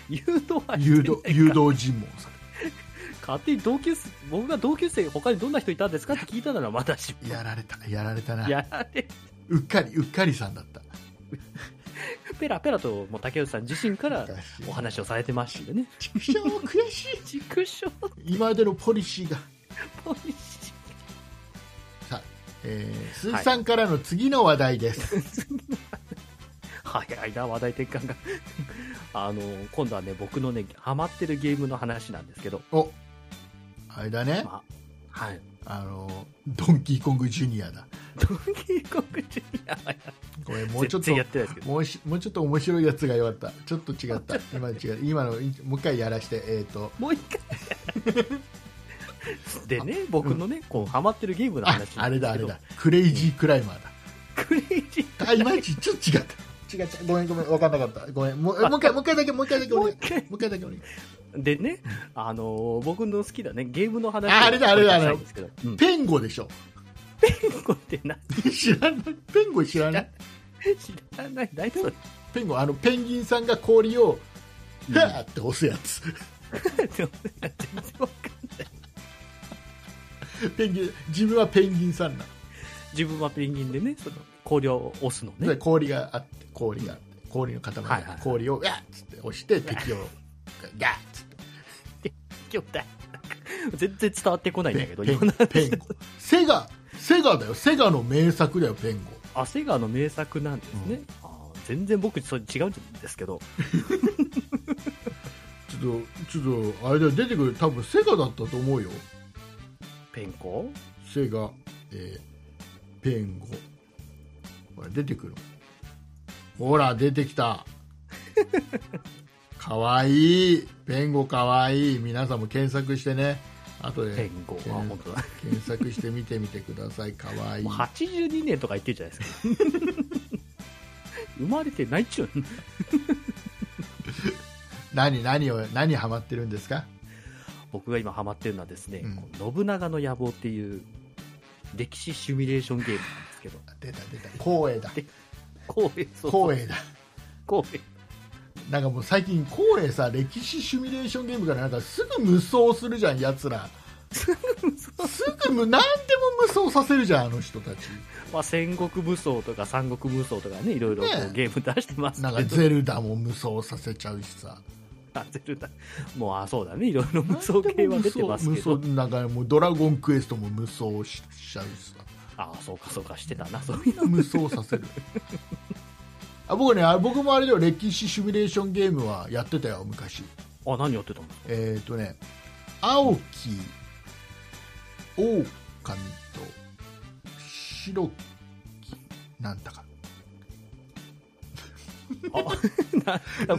Speaker 3: 誘導は
Speaker 2: 誘
Speaker 3: して
Speaker 2: 導
Speaker 3: ない
Speaker 2: 誘導尋問さ
Speaker 3: 勝手に同級生、僕が同級生他にどんな人いたんですかって聞いたならまだし
Speaker 2: れたやられたやられたな
Speaker 3: やられ、
Speaker 2: うっかりうっかりさんだった
Speaker 3: ペラペラともう竹内さん自身から
Speaker 2: 難しい
Speaker 3: お話をされてましたよね。
Speaker 2: くしょう悔しい
Speaker 3: 畜生っ
Speaker 2: 今までのポリシーが
Speaker 3: ぽいし。
Speaker 2: さあ、えー、鈴木さんからの次の話題です、
Speaker 3: 早いな、話題転換が。 あの、今度はね、僕のね、ハマってるゲームの話なんですけど、
Speaker 2: おあれだね、
Speaker 3: まあ、はい。
Speaker 2: あのドンキーコングジュニアだ
Speaker 3: ドンキーコングジュニアは
Speaker 2: これもうちょっ
Speaker 3: 全然やってないですけ
Speaker 2: ともうしもうちょっと面白いやつがよかったちょっと違った今違う今のもう一回やらしてえっ、と
Speaker 3: どもう一回でね僕のねこうハマってるゲームの
Speaker 2: あ
Speaker 3: 話
Speaker 2: あれだあれ
Speaker 3: なん
Speaker 2: だ
Speaker 3: で
Speaker 2: クレイジークライマーだ
Speaker 3: すけどクレイジ
Speaker 2: あいまいちちょっと違った違ったごめんごめん分かんなかったごめんもうもう一回もう一回だけもう一回だけ
Speaker 3: ー
Speaker 2: お
Speaker 3: もう
Speaker 2: 願い
Speaker 3: 一回
Speaker 2: もう一回だけお願い
Speaker 3: でねあのー僕の好きだねゲームの話
Speaker 2: ああれだあれだあれだ
Speaker 3: をしたいんですけどうん
Speaker 2: ペンゴでしょ
Speaker 3: これってな
Speaker 2: 知らないペンゴ知らない
Speaker 3: 知らない大丈夫
Speaker 2: ペンゴあのペンギンさんが氷をふわーって押すやつ、
Speaker 3: 全然わかんない
Speaker 2: ペンギン自分はペンギンさんな
Speaker 3: 自分はペンギンでねその氷を押すの
Speaker 2: の、
Speaker 3: ね
Speaker 2: 氷があって氷があって氷の塊があって
Speaker 3: はいはいはい
Speaker 2: 氷をガーッつって押して敵をガーッつって
Speaker 3: 今日だ全然伝わってこないんだけど
Speaker 2: ペン
Speaker 3: 今の
Speaker 2: ペンゴセガセガだよセガの名作だよペンゴ
Speaker 3: アセガの名作なんですね、あー全然僕それ違うんですけど
Speaker 2: ちょっとちょっとあれだよ出てくる多分セガだったと思うよ
Speaker 3: ペンコ
Speaker 2: セガ、えーペンゴほら出てくるほら出てきた かわいいペンゴかわいい皆さんも検索してね後
Speaker 3: ペ
Speaker 2: で
Speaker 3: ンコあ
Speaker 2: うん
Speaker 3: 本当だ
Speaker 2: 検索して見てみてくださいかわいい
Speaker 3: もう82年とか言ってるじゃないですか 生まれてないっちゅうの
Speaker 2: 何何を何ハマってるんですか
Speaker 3: 僕が今ハマってるのはですね
Speaker 2: うん
Speaker 3: 「信長の野望」っていう歴史シミュレーションゲームなんですけど
Speaker 2: 出た出た光栄だ
Speaker 3: で光栄そう
Speaker 2: 光栄だ
Speaker 3: 光栄
Speaker 2: なんかもう最近光栄さ歴史シミュレーションゲームからなんかすぐ無双するじゃんやつらすぐ無何でも無双させるじゃんあの人た ち
Speaker 3: まあ、戦国武装とか三国武装とかねいろいろこう
Speaker 2: ねえ
Speaker 3: ゲーム出してます
Speaker 2: なん
Speaker 3: け
Speaker 2: か
Speaker 3: ど
Speaker 2: ゼルダも無双させちゃうしさ
Speaker 3: 混ぜるなもうあそうだねいろいろ無
Speaker 2: 無双
Speaker 3: 双系は出てますけど
Speaker 2: 無双なんかもうドラゴンクエストも無双しちゃうしさ
Speaker 3: あそうかそうかしてたなそういう
Speaker 2: 無双させるあ僕ねあ僕もあれだよ歴史シミュレーションゲームはやってたよ昔
Speaker 3: あ何やってたの
Speaker 2: えっ、ー、とね青き狼と白きなんだか
Speaker 3: あ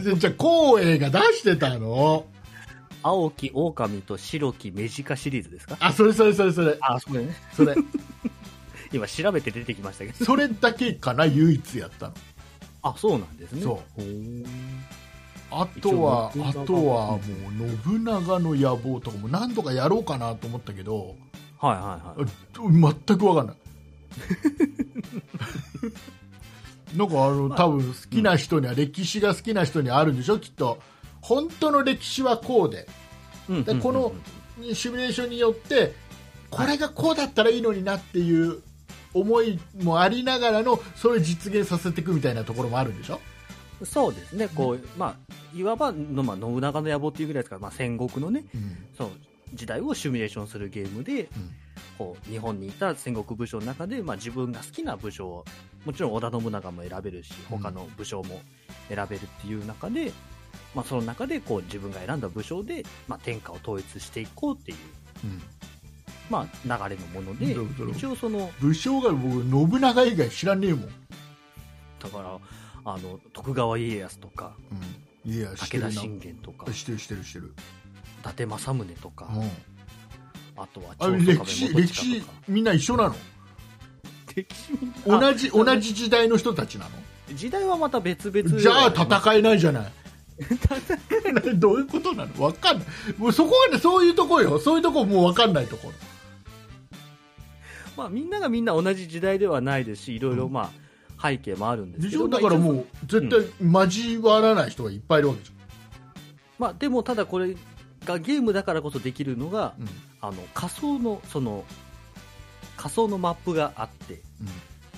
Speaker 2: じゃじゃあ光栄が出してたの
Speaker 3: 青き狼と白きメジカシリーズですか
Speaker 2: あそれそれそれそれ
Speaker 3: あそうね
Speaker 2: それ
Speaker 3: 今調べて出てきましたけど
Speaker 2: それだけかな唯一やったの
Speaker 3: あそうなんですね
Speaker 2: そう
Speaker 3: ほー
Speaker 2: あとは
Speaker 3: 一応
Speaker 2: あ
Speaker 3: 信長
Speaker 2: とはもう信長の野望とかも何度かやろうかなと思ったけど
Speaker 3: はいはいはい
Speaker 2: 全くわか んないなんかあの多分好きな人には、歴史が好きな人にはあるんでしょきっと本当の歴史はこうで
Speaker 3: うんうんうん
Speaker 2: で
Speaker 3: うん
Speaker 2: このシミュレーションによってこれがこうだったらいいのになっていう思いもありながらのそれを実現させていくみたいなところもあるんでしょ
Speaker 3: そうですねこう、まあいわばの、まあ、信長の野望っていうぐらいですから、まあ、戦国のね
Speaker 2: うん
Speaker 3: その時代をシミュレーションするゲームで、
Speaker 2: ん
Speaker 3: こう日本にいた戦国武将の中で、まあ、自分が好きな武将をもちろん織田信長も選べるし
Speaker 2: うん
Speaker 3: 他の武将も選べるっていう中で、まあ、その中でこう自分が選んだ武将で、まあ、天下を統一していこうっていう、
Speaker 2: うん
Speaker 3: まあ、流れのもので
Speaker 2: なるほど
Speaker 3: 一応その
Speaker 2: 武将が僕信長以外知らねえもん、
Speaker 3: だからあの徳川家康とか
Speaker 2: うん、いや知ってる
Speaker 3: 武田
Speaker 2: な
Speaker 3: 信玄とか伊
Speaker 2: してるしてるしてる、
Speaker 3: 達政宗とか、
Speaker 2: うん、
Speaker 3: あとは
Speaker 2: あれ
Speaker 3: 長宗
Speaker 2: 歴史
Speaker 3: 我部元
Speaker 2: 歴
Speaker 3: 親
Speaker 2: 史
Speaker 3: とか
Speaker 2: みんな一緒なの
Speaker 3: 歴史あ
Speaker 2: 同じ同じ時代の人たちなの
Speaker 3: 時代はまた別々で
Speaker 2: じゃ
Speaker 3: は
Speaker 2: あ
Speaker 3: ります
Speaker 2: 戦えないじゃないどういうことなのわかんないもうそこはねそういうとこよそういうとこもうわかんないとこ
Speaker 3: まあ、みんながみんな同じ時代ではないですし、いろいろ、
Speaker 2: うん
Speaker 3: まあ、背景もあるんです
Speaker 2: で
Speaker 3: け
Speaker 2: し
Speaker 3: ど、
Speaker 2: ょだからも
Speaker 3: まあ一応
Speaker 2: う絶対交わらない人がいっぱいいるわけじ
Speaker 3: まあ、でもただこれがゲームだからこそできるのが
Speaker 2: ゃ、ん、うん
Speaker 3: あの仮想の、その、仮想のマップがあって、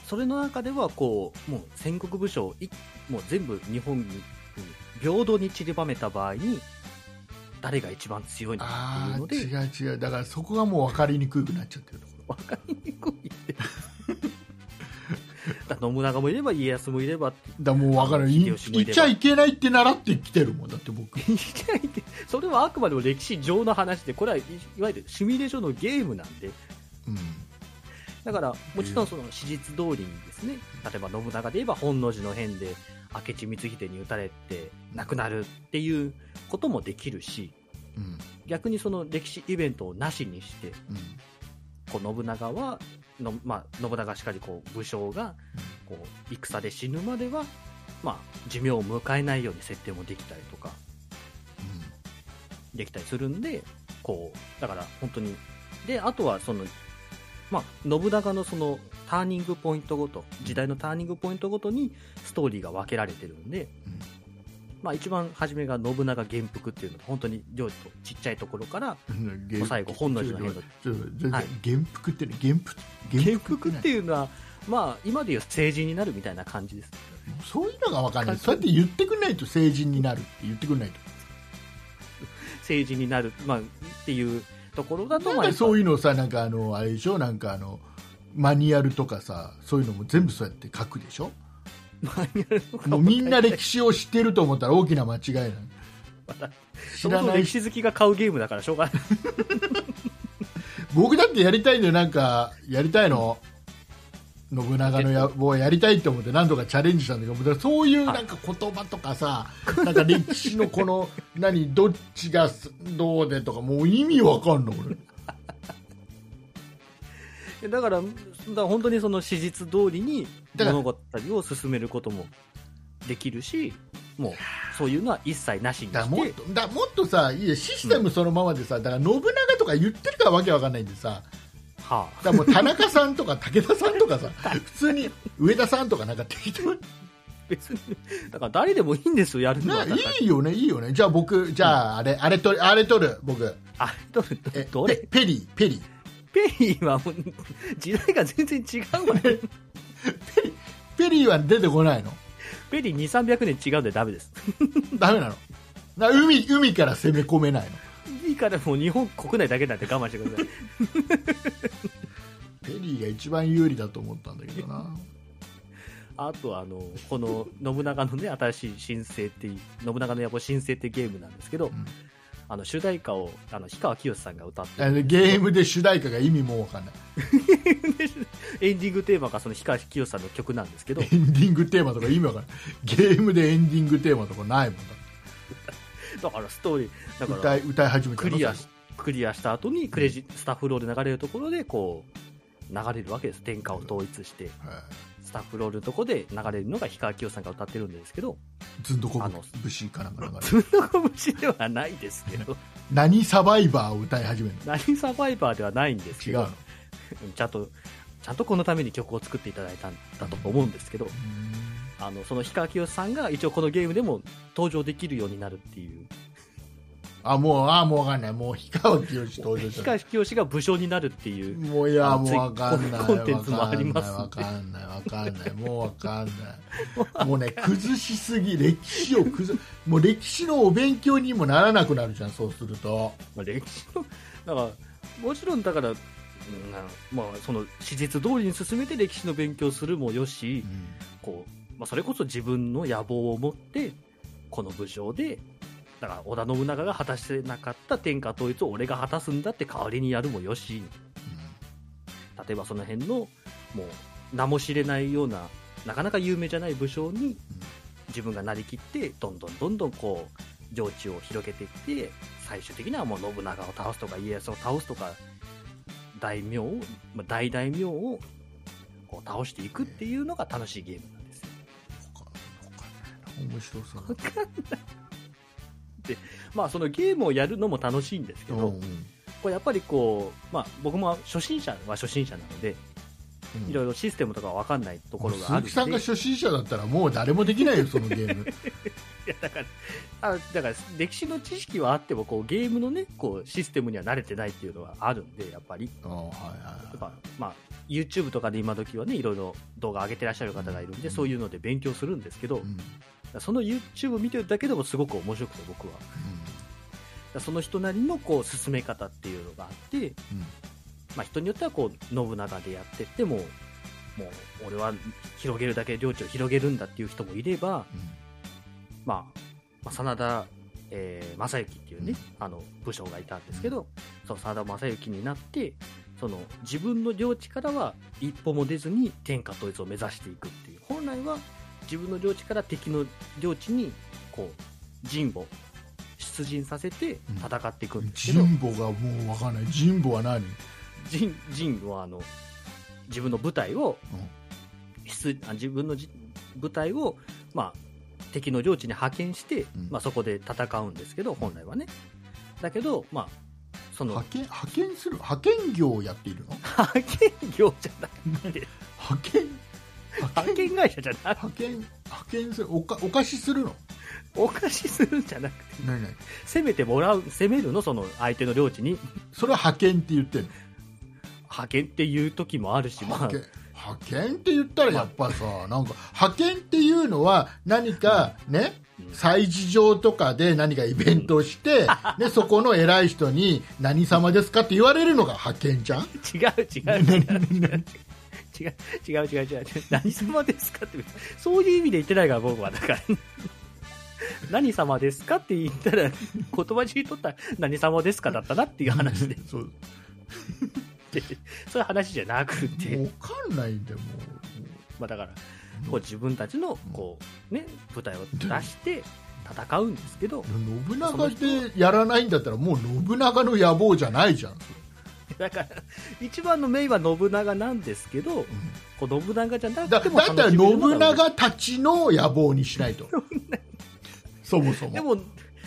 Speaker 3: それの中では、こう、もう戦国武将、いもう全部日本に平等に散りばめた場合に、誰が一番強いのかって
Speaker 2: あ
Speaker 3: いう
Speaker 2: あ
Speaker 3: ので、
Speaker 2: 違う違うだからそこがもう分かりにくくなっちゃってるところ
Speaker 3: わかりにくいって。 だから信長もいれば家康もいればって
Speaker 2: だからもう分かるい
Speaker 3: 秀吉もいれ
Speaker 2: い
Speaker 3: ば
Speaker 2: ちゃいけないって習ってきてるもんだって 僕
Speaker 3: いやいやそれはあくまでも歴史上の話で、これはいいわゆるシミュレーションのゲームなんで、
Speaker 2: うん
Speaker 3: だからもちろんその史実通りにですね、例えば信長で言えば本能寺の変で明智光秀に撃たれて亡くなるっていうこともできるし、
Speaker 2: うん
Speaker 3: 逆にその歴史イベントをなしにして、
Speaker 2: うん
Speaker 3: こう信長はの、まあ、信長しかりこう武将がこう戦で死ぬまでは、まあ、寿命を迎えないように設定もできたりとか。できたりするんでこうだから本当にであとはその、まあ、信長のそのターニングポイントごと時代のターニングポイントごとにストーリーが分けられてるんで、
Speaker 2: うん
Speaker 3: まあ、一番初めが信長元服っていうのと本当に領地とちっちゃいところから
Speaker 2: うん
Speaker 3: 最後本能寺の変の
Speaker 2: ちょっと全然
Speaker 3: はい
Speaker 2: 元服ってね元服
Speaker 3: 元服って
Speaker 2: ね
Speaker 3: いうのは、まあ、今でいう成人になるみたいな感じです
Speaker 2: そういうのが分かんない
Speaker 3: か
Speaker 2: そうやって言ってくんないと成人になるって言ってくんないと
Speaker 3: 成人になる、まあ、っていうところだと
Speaker 2: なん
Speaker 3: まあ
Speaker 2: かそういうのをさなんかあのあれでしょなんかあのマニュアルとかさそういうのも全部そうやって書くでしょ
Speaker 3: マニュアルとか
Speaker 2: もうみんな歴史を知ってると思ったら大きな間違いなの知
Speaker 3: そも
Speaker 2: ら
Speaker 3: そも
Speaker 2: ない
Speaker 3: 歴
Speaker 2: 人
Speaker 3: 史好きが買うゲームだからしょうがない
Speaker 2: 僕だってやりたいんだよなんかやりたいの信長の野望をやりたいと思って何度かチャレンジしたんだけどだからそういうなんか言葉とかさなんか歴史のこの何どっちがどうでとかもう意味わかんの俺
Speaker 3: えだから、だから本当にその史実通りに
Speaker 2: だから
Speaker 3: 物語を進めることもできるし、もうそういうのは一切なしに
Speaker 2: だから
Speaker 3: し、
Speaker 2: もってとだからもっとさいやシステムそのままでさだから信長とか言ってるからわけわかんないんでさ
Speaker 3: は
Speaker 2: だからもう田中さんとか武田さんと かさ普通に上田さんとかなんか適当に
Speaker 3: あ、別に、だから誰でもいいんですよ、やるのは。
Speaker 2: ね
Speaker 3: だから
Speaker 2: いいよねいいよねじゃあ僕じゃああれ、あれ取るあれ取る僕
Speaker 3: あどれどれ
Speaker 2: え
Speaker 3: どれ
Speaker 2: ペペリーペリー
Speaker 3: ペリーはもう時代が全然違うわね。
Speaker 2: ペリーは出てこないの
Speaker 3: ペリー2、300年違うんでダメです。
Speaker 2: ダメなのな海海から攻め込めないの
Speaker 3: いいからもう日本国内だけなんて我慢してください。
Speaker 2: ペリーが一番有利だと思ったんだけどな
Speaker 3: あとあの、この信長のね、新しい新生っていう、信長の野望新生ってゲームなんですけど、
Speaker 2: ん
Speaker 3: あの、主題歌を、あの、氷川きよしさんが歌って
Speaker 2: あのゲームで主題歌が意味もわかんない
Speaker 3: エンディングテーマがその氷川きよしさんの曲なんですけど、
Speaker 2: エンディングテーマとか意味わかんないゲームでエンディングテーマとかないもん
Speaker 3: だからストーリー、だか
Speaker 2: 歌
Speaker 3: ら
Speaker 2: い歌い始めた
Speaker 3: ク
Speaker 2: の
Speaker 3: リアし、クリアした後にクレジ、スタッフロール流れるところで、こう、流れるわけです。天下を統一して、
Speaker 2: はい
Speaker 3: スタッフロールのとこで流れるのが氷川きよしさんが歌ってるんですけど、
Speaker 2: ずんどこ
Speaker 3: あの
Speaker 2: ぶ武士かなんか なんか
Speaker 3: ずんどこ節ではないですけ ど、
Speaker 2: 何サバイバーを歌い始める
Speaker 3: 何サバイバーではないんですけ
Speaker 2: の違う
Speaker 3: ど
Speaker 2: の、
Speaker 3: ちゃんと、ちゃんとこのために曲を作っていただいたんだと思うんですけど、あの、その氷川きよしさんが一応このゲームでも登場できるようになるっていう、
Speaker 2: あもうあもうわかんないもう氷川きよし登場
Speaker 3: 氷
Speaker 2: し ちゃ
Speaker 3: 川きよしが武将になるっていう、
Speaker 2: もういやもうわかんない
Speaker 3: コンテンツもありますんで
Speaker 2: わかんないわかんないわかんないもうわかんないもうね崩しすぎ歴史を崩 もう歴史のお勉強にもならなくなるじゃんそうすると
Speaker 3: まあ、歴史の、だから、もちろんだから、うんまあ、その史実通りに進めて歴史の勉強するもよし、こうまあ、それこそ自分の野望を持ってこの武将でだから織田信長が果たしてなかった天下統一を俺が果たすんだって代わりにやるもよし例えばその辺のもう名も知れないようななかなか有名じゃない武将に自分がなりきってどんどんどんどんこう領地を広げていって最終的にはもう信長を倒すとか家康を倒すとか大名を、まあ、大大名をこう倒していくっていうのが楽しいゲームなんですよ。
Speaker 2: うん面白そうだ
Speaker 3: まあ、そのゲームをやるのも楽しいんですけ
Speaker 2: うん
Speaker 3: ど、
Speaker 2: うん
Speaker 3: これやっぱりこう、まあ、僕も初心者は初心者なので、
Speaker 2: うん
Speaker 3: いろいろシステムとかわかんないところがあ
Speaker 2: 鈴
Speaker 3: る
Speaker 2: 木さんが
Speaker 3: ので、
Speaker 2: 初心者だったらもう誰もできないよそのゲ ーム
Speaker 3: あだから歴史の知識はあってもこう、ゲームの、ね、こうシステムには慣れてないっていうのはあるんで、やっぱり、
Speaker 2: あはいはい
Speaker 3: や
Speaker 2: はい
Speaker 3: っぱまあ、YouTube とかで今時はね、いろいろ動画上げてらっしゃる方がいるんで、そういうので勉強するんですけど
Speaker 2: う、ん
Speaker 3: その YouTube を見てるだけでもすごく面白くて、僕は。だからその人なりのこう進め方っていうのがあって、
Speaker 2: うんうん
Speaker 3: まあ、人によってはこう信長でやってってももう俺は広げるだけ領地を広げるんだっていう人もいれば、まあ、まあ真田、えー正幸っていうね、あの武将がいたんですけど、その真田正幸になってその自分の領地からは一歩も出ずに天下統一を目指していくっていう本来は自分の領地から敵の領地にこう陣を出陣させて戦っていく
Speaker 2: うんん
Speaker 3: ですけど、
Speaker 2: 神保がもうわかんない神保は何
Speaker 3: ジンジンはあの自分の部隊を、出あ自分のじ部隊を、まあ、敵の領地に派遣して、
Speaker 2: ん
Speaker 3: まあ、そこで戦うんですけど本来はねだけど、まあ、その
Speaker 2: 派遣派遣する派遣業をやっているの
Speaker 3: 派遣業じゃなくて
Speaker 2: 派遣
Speaker 3: 派遣会社じゃなく
Speaker 2: 派
Speaker 3: て
Speaker 2: 遣派遣するおかお貸しするの
Speaker 3: お貸しするんじゃなくて
Speaker 2: 何何
Speaker 3: 攻めてもらう攻めるのその相手の領地に
Speaker 2: それは派遣って言ってるの
Speaker 3: 派遣っていう時もあるし、まあ
Speaker 2: 派、遣派遣って言ったらやっぱさなんか派遣っていうのは何かね
Speaker 3: うん
Speaker 2: 催事場とかで何かイベントをして、ね、そこの偉い人に何様ですかって言われるのが派遣じゃん
Speaker 3: 違う違う違う違う違う違う違う違う違う何様ですかってそういう意味で言ってないから僕はだから何様ですかって言ったら言葉尻取ったら何様ですかだったなっていう話で
Speaker 2: そう
Speaker 3: そういう話じゃなくて、
Speaker 2: もうわかんないんだよも
Speaker 3: まあ、だからこう自分たちのこう、ね、舞台を出して戦うんですけど
Speaker 2: う信長でやらないんだったらもう信長の野望じゃないじゃん
Speaker 3: だから一番のメインは信長なんですけど、こう信長じゃな
Speaker 2: だ
Speaker 3: くて
Speaker 2: だ
Speaker 3: も
Speaker 2: ったら
Speaker 3: 楽しめるの
Speaker 2: 信
Speaker 3: が
Speaker 2: 長たちの野望にしないと そもそも
Speaker 3: でも、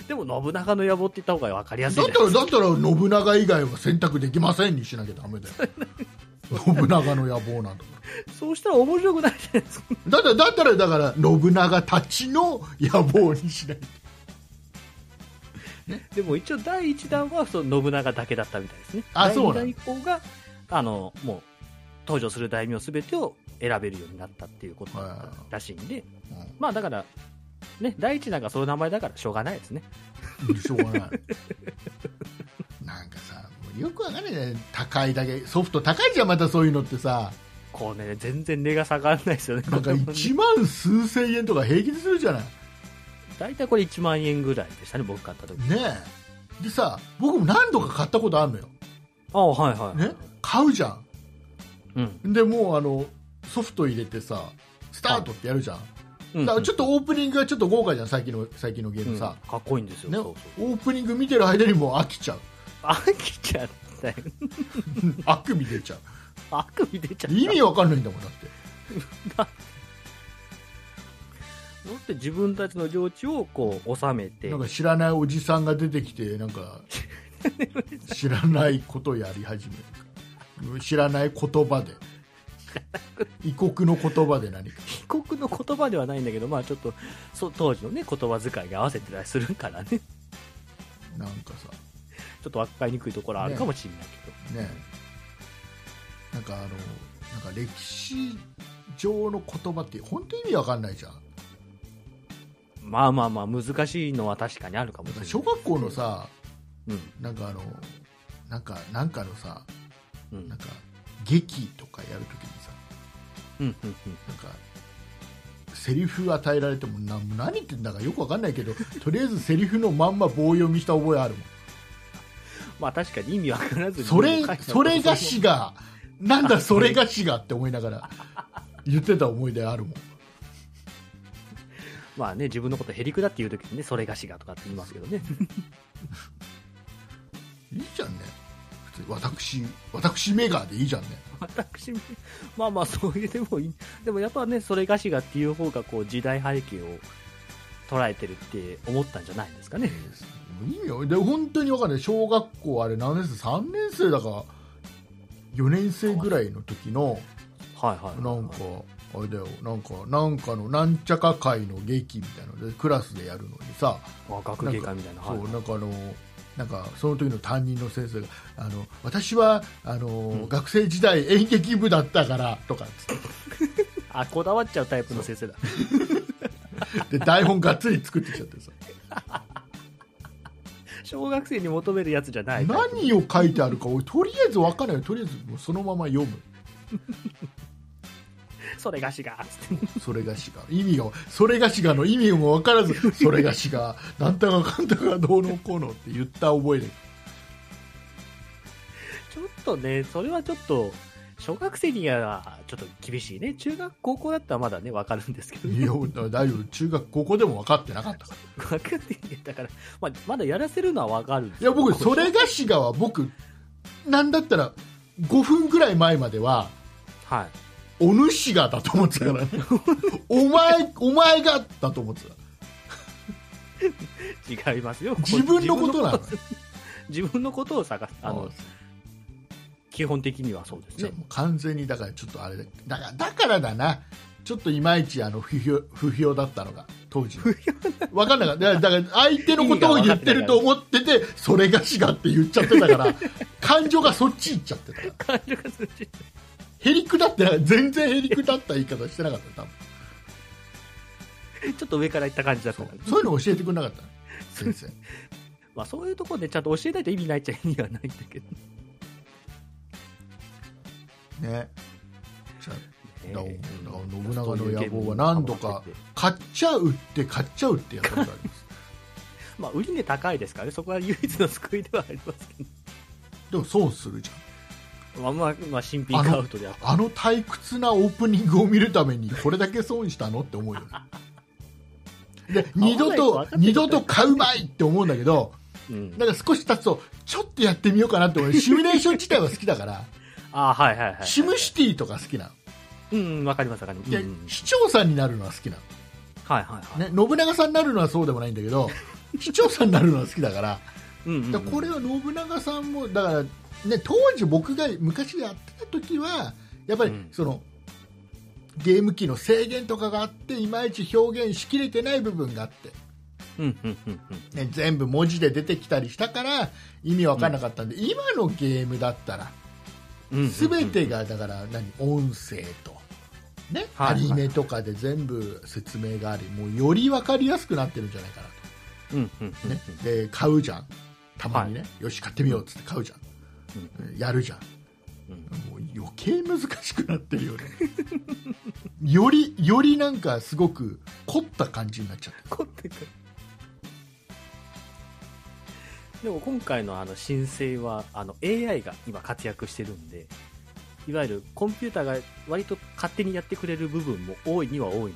Speaker 3: でも信長の野望って言った方が分かりやすい
Speaker 2: だっ
Speaker 3: じゃ
Speaker 2: たらだったら信長以外は選択できませんにしなきゃダメだよ信長の野望なんだか
Speaker 3: んそうしたら面白くないじゃないですか。
Speaker 2: らだったらだったらだから信長たちの野望にしないと
Speaker 3: でも一応第一弾はその信長だけだったみたいですね。
Speaker 2: あそうな
Speaker 3: 第
Speaker 2: ん
Speaker 3: 二弾以降が、あの、もう、登場する大名すべてを選べるようになったっていうことだったらしいんで、
Speaker 2: はいはいはいうん
Speaker 3: まあだから、ね、第一弾がその名前だからしょうがないですね。
Speaker 2: うんしょうがないなんかさもうよくわかんないね高いだけソフト高いじゃんまたそういうのってさ
Speaker 3: こうね、全然値が下がらないですよね。
Speaker 2: なんか
Speaker 3: これもね
Speaker 2: 1万数千円とか平気でするじゃない
Speaker 3: 大体これ1万円ぐらいでしたね、僕買った時。
Speaker 2: ねえでさ僕も何度か買ったことあるのよ、
Speaker 3: ああ、はいはい。
Speaker 2: ね、買うじゃ
Speaker 3: うん。
Speaker 2: んでもうあのソフト入れてさスタートってやるじゃん、
Speaker 3: うん。
Speaker 2: だからちょっとオープニングがちょっと豪華じゃん最近の最近のゲー
Speaker 3: う
Speaker 2: ム
Speaker 3: ん、
Speaker 2: さ、
Speaker 3: かっこいいんですよ。
Speaker 2: ね、
Speaker 3: そう
Speaker 2: オ
Speaker 3: そう。
Speaker 2: ープニング見てる間にもう飽きちゃう
Speaker 3: 飽きちゃったよ。
Speaker 2: あくび出ちゃう
Speaker 3: あくび出ちゃった。
Speaker 2: 意味わかんないんだもんだって
Speaker 3: だって自分たちの領地をこう収めて
Speaker 2: なんか知らないおじさんが出てきてなん か知らないことやり始める知らない言葉で異国の言葉で何か
Speaker 3: 帰国の言葉ではないんだけどまあちょっとそ当時のね言葉遣いに合わせてたりするからねち
Speaker 2: なんかさ
Speaker 3: ょっと分かりにくいところあるかもしれないけど、
Speaker 2: ねなんかあのなんか歴史上の言葉って本当意味わかんないじゃん
Speaker 3: まあまあまあ難しいのは確かにあるかもしれない
Speaker 2: 小学校のさ
Speaker 3: うん
Speaker 2: なんかあのなんかなんかのさ
Speaker 3: うん
Speaker 2: なんか劇とかやるときにさ
Speaker 3: うんうん
Speaker 2: なんかセリフ与えられてもな何言ってんだかよくわかんないけど とりあえずセリフのまんま棒読みした覚えあるもん
Speaker 3: まあ確かに意味わからずに
Speaker 2: それ
Speaker 3: 書いてある
Speaker 2: それがしがなんだそれがしがって思いながら言ってた思い出あるもん
Speaker 3: まあね自分のことへりくだって言う時にねそれがしがとかって言いますけどね
Speaker 2: いいじゃんね普通に私私メガでいいじゃんね
Speaker 3: 私まあまあそういうでもいいでもやっぱねそれがしがっていう方がこう時代背景を捉えてるって思ったんじゃないですかね
Speaker 2: もういいよで本当にわかんない小学校あれ何年生3年生だか4年生ぐらいの時の
Speaker 3: はいはいはいはい
Speaker 2: なんかあれだよなんかなんかのなんちゃか会の劇みたいなのでクラスでやるのにさ
Speaker 3: あ学芸会みたいな
Speaker 2: そ
Speaker 3: はいう
Speaker 2: なんかあのなんかその時の担任の先生があの私はあの、
Speaker 3: ん
Speaker 2: 学生時代演劇部だったからとかっつっ
Speaker 3: あこだわっちゃうタイプの先生だ
Speaker 2: てで台本がっつり作ってきちゃってさ
Speaker 3: 小学生に求めるやつじゃないタイプ
Speaker 2: 何を書いてあるか俺とりあえず分かんないよとりあえずもうそのまま読む
Speaker 3: それがしがっつって
Speaker 2: それがしが意味がそれがしがの意味も分からずそれがしがなんたかかんたかどうのこうのって言った覚えで
Speaker 3: ちょっとねそれはちょっと小学生にはちょっと厳しいね中学高校だったらまだねわかるんですけど
Speaker 2: いや大丈夫中学高校でも分かってなかったから
Speaker 3: 分かってんねだから、まあ、まだやらせるのはわかるんです
Speaker 2: い
Speaker 3: よ
Speaker 2: や僕それがしがは僕なんだったら5分ぐらい前までは
Speaker 3: はい
Speaker 2: お主がだと思ってたからねお前お前がだと思ってた
Speaker 3: 違いますよ
Speaker 2: 自分のことなの
Speaker 3: 自分のことを探すあの基本的にはそうです
Speaker 2: じゃ
Speaker 3: ね
Speaker 2: あもう完全にだからちょっとあれだだからだからだなちょっといまいちあの不評不評だったのが当時
Speaker 3: 不評
Speaker 2: 分かんなかっただからだから相手のことを言ってると思っててそれがしがって言っちゃってたから 感情がそっち行っちゃってたから
Speaker 3: 感情がするし
Speaker 2: へりくだってない全然へりくだった言い方してなかった多分
Speaker 3: ちょっと上からいった感じだった
Speaker 2: そう
Speaker 3: から
Speaker 2: そういうの教えてくれなかったの先 生
Speaker 3: まあ、そういうところでちゃんと教えないと意味ないっちゃ意味はないんだけど
Speaker 2: ねじゃあだからだから
Speaker 3: ね
Speaker 2: 信長の野望は何度か買っちゃうって買っちゃうってやったことあります
Speaker 3: まあ、売り値高いですからね、そこは唯一の救いではありますけ
Speaker 2: でも損するじゃ
Speaker 3: ど、まあまあ、まあ、新品買うとであっ
Speaker 2: んあの退屈なオープニングを見るためにこれだけ損したのって思うよね で二度
Speaker 3: 合
Speaker 2: と
Speaker 3: わないと分かってる
Speaker 2: 二度と買うまいって思うんだけど
Speaker 3: うん
Speaker 2: なんか少し経つとちょっとやってみようかなって思うシミュレーション自体は好きだから
Speaker 3: あはいはいはいはい。
Speaker 2: シムシティとか好きなの
Speaker 3: うん、わかりますわかります。
Speaker 2: で
Speaker 3: うんうん
Speaker 2: 市長さんになるのは好きなの
Speaker 3: はいはいはい。
Speaker 2: ね、信長さんになるのはそうでもないんだけど市長さんになるのは好きだから
Speaker 3: うんうんうん
Speaker 2: だからこれは信長さんもだから、ね、当時僕が昔やってた時はやっぱり
Speaker 3: うん
Speaker 2: その、ゲーム機の制限とかがあっていまいち表現しきれてない部分があって、
Speaker 3: うんうんうん
Speaker 2: ね、全部文字で出てきたりしたから意味わかんなかったんで、今のゲームだったら
Speaker 3: うんうん
Speaker 2: 全てがだから何音声と。ね、
Speaker 3: はい
Speaker 2: アニメとかで全部説明がありもうより分かりやすくなってるんじゃないかなと
Speaker 3: うんうんうん
Speaker 2: ねで買うじゃんたまにね、よし買ってみようっつって買うじゃん、やるじゃん、もう余計難しくなってるよね よりよりなんかすごく凝った感じになっちゃっ
Speaker 3: 凝ってくるでも今回のあの申請はあの AI が今活躍してるんでいわゆるコンピューターが割と勝手にやってくれる部分も多いには多いので
Speaker 2: た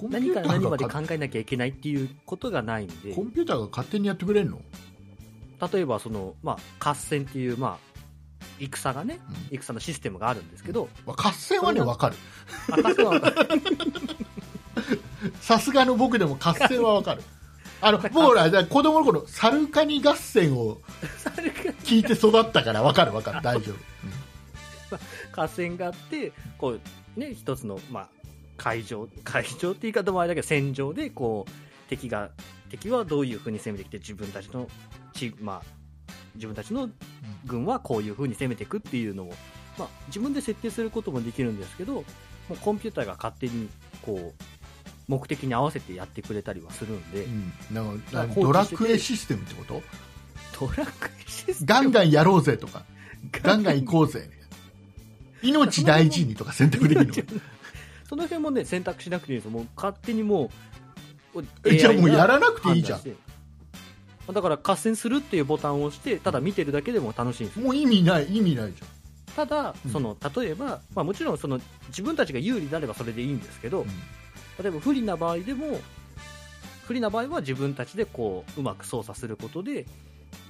Speaker 2: コンピ
Speaker 3: 何
Speaker 2: ュー
Speaker 3: か
Speaker 2: ター
Speaker 3: ら何まで
Speaker 2: が
Speaker 3: 考えなきゃいけないっていうことがないんで
Speaker 2: コンピューターが勝手にやってくれるの、
Speaker 3: 例えばその、まあ、合戦っていう、まあ、戦がね
Speaker 2: うん
Speaker 3: 戦のシステムがあるんですけど、
Speaker 2: まあ合戦はね
Speaker 3: それが
Speaker 2: 分かる
Speaker 3: あ合戦は
Speaker 2: さすがの僕でも合戦は分 かるあの僕らだから子供の頃サルカニ合戦を聞いて育ったから分かる分かる大丈夫、うん
Speaker 3: 合戦があってこう、ね、一つの、まあ、会場会場って言い方もあれだけど戦場でこう敵が敵はどういうふうに攻めてきて自分たちのチ、まあ、自分たちの軍はこういうふうに攻めていくっていうのを、まあ、自分で設定することもできるんですけどもうコンピューターが勝手にこう目的に合わせてやってくれたりはするんで、
Speaker 2: うん、なんか
Speaker 3: まあ
Speaker 2: なんか
Speaker 3: 放
Speaker 2: ド
Speaker 3: 置
Speaker 2: ラ
Speaker 3: してて
Speaker 2: クエシステムってこと
Speaker 3: ドラクエシステム
Speaker 2: ガンガンやろうぜとかガンガン
Speaker 3: い
Speaker 2: 行こうぜ命大事にとか選択できる
Speaker 3: その辺もね選択しなくていいんですよもう勝手にもう
Speaker 2: の じゃあもうや
Speaker 3: な
Speaker 2: らなくていいじゃん
Speaker 3: んだから合戦するっていうボタンを押してただ見てるだけでも楽しいんですよ
Speaker 2: もう意味ない意味ないじ
Speaker 3: ただ
Speaker 2: うん
Speaker 3: その例えば、まあ、もちろんその自分たちが有利であればそれでいいんですけ
Speaker 2: ゃ
Speaker 3: ど、
Speaker 2: ん、うん
Speaker 3: 例えば不利な場合でも不利な場合は自分たちでこううまく操作することで、